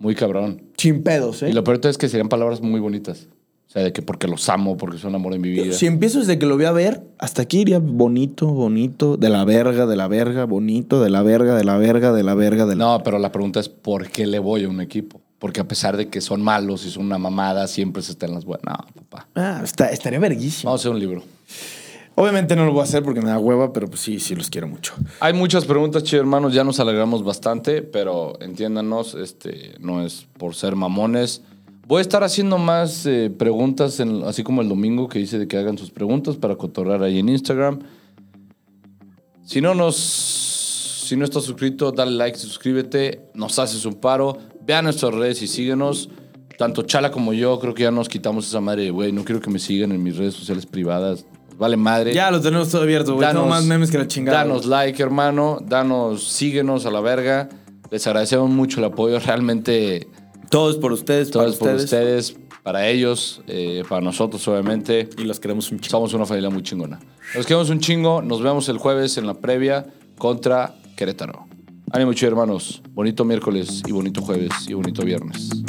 A: Muy cabrón.
B: Sin pedos, ¿eh?
A: Y lo peor de todo es que serían palabras muy bonitas. O sea, de que porque los amo, porque son amor de mi vida.
B: Si empiezo desde que lo voy a ver, hasta aquí iría bonito, bonito, de la verga, de la verga, bonito, de la verga, de la verga, de la verga, de la...
A: No, pero la pregunta es ¿por qué le voy a un equipo? Porque a pesar de que son malos y son una mamada, siempre se están las buenas. No, papá.
B: Ah, está- estaría verguísimo.
A: Vamos a hacer un libro.
B: Obviamente no lo voy a hacer porque me da hueva, pero pues sí, sí los quiero mucho.
A: Hay muchas preguntas, chido hermanos. Ya nos alegramos bastante, pero entiéndanos, este, no es por ser mamones. Voy a estar haciendo más eh, preguntas, en- así como el domingo que hice de que hagan sus preguntas para cotorrar ahí en Instagram. Si no nos. Si no estás suscrito, dale like, suscríbete, nos haces un paro, vean nuestras redes y síguenos. Tanto Chala como yo, creo que ya nos quitamos esa madre de güey. No quiero que me sigan en mis redes sociales privadas. Vale madre.
B: Ya lo tenemos todo abierto, güey. Tengo más memes que la chingada.
A: Danos like, hermano. Danos, síguenos a la verga. Les agradecemos mucho el apoyo. Realmente,
B: Todos por ustedes,
A: todo
B: para
A: es por
B: ustedes.
A: ustedes, para ellos, eh, para nosotros, obviamente.
B: Y los queremos un chingo.
A: Somos una familia muy chingona. Nos quedamos un chingo. Nos vemos el jueves en la previa contra Querétaro. Ánimo, chido, hermanos. Bonito miércoles y bonito jueves y bonito viernes.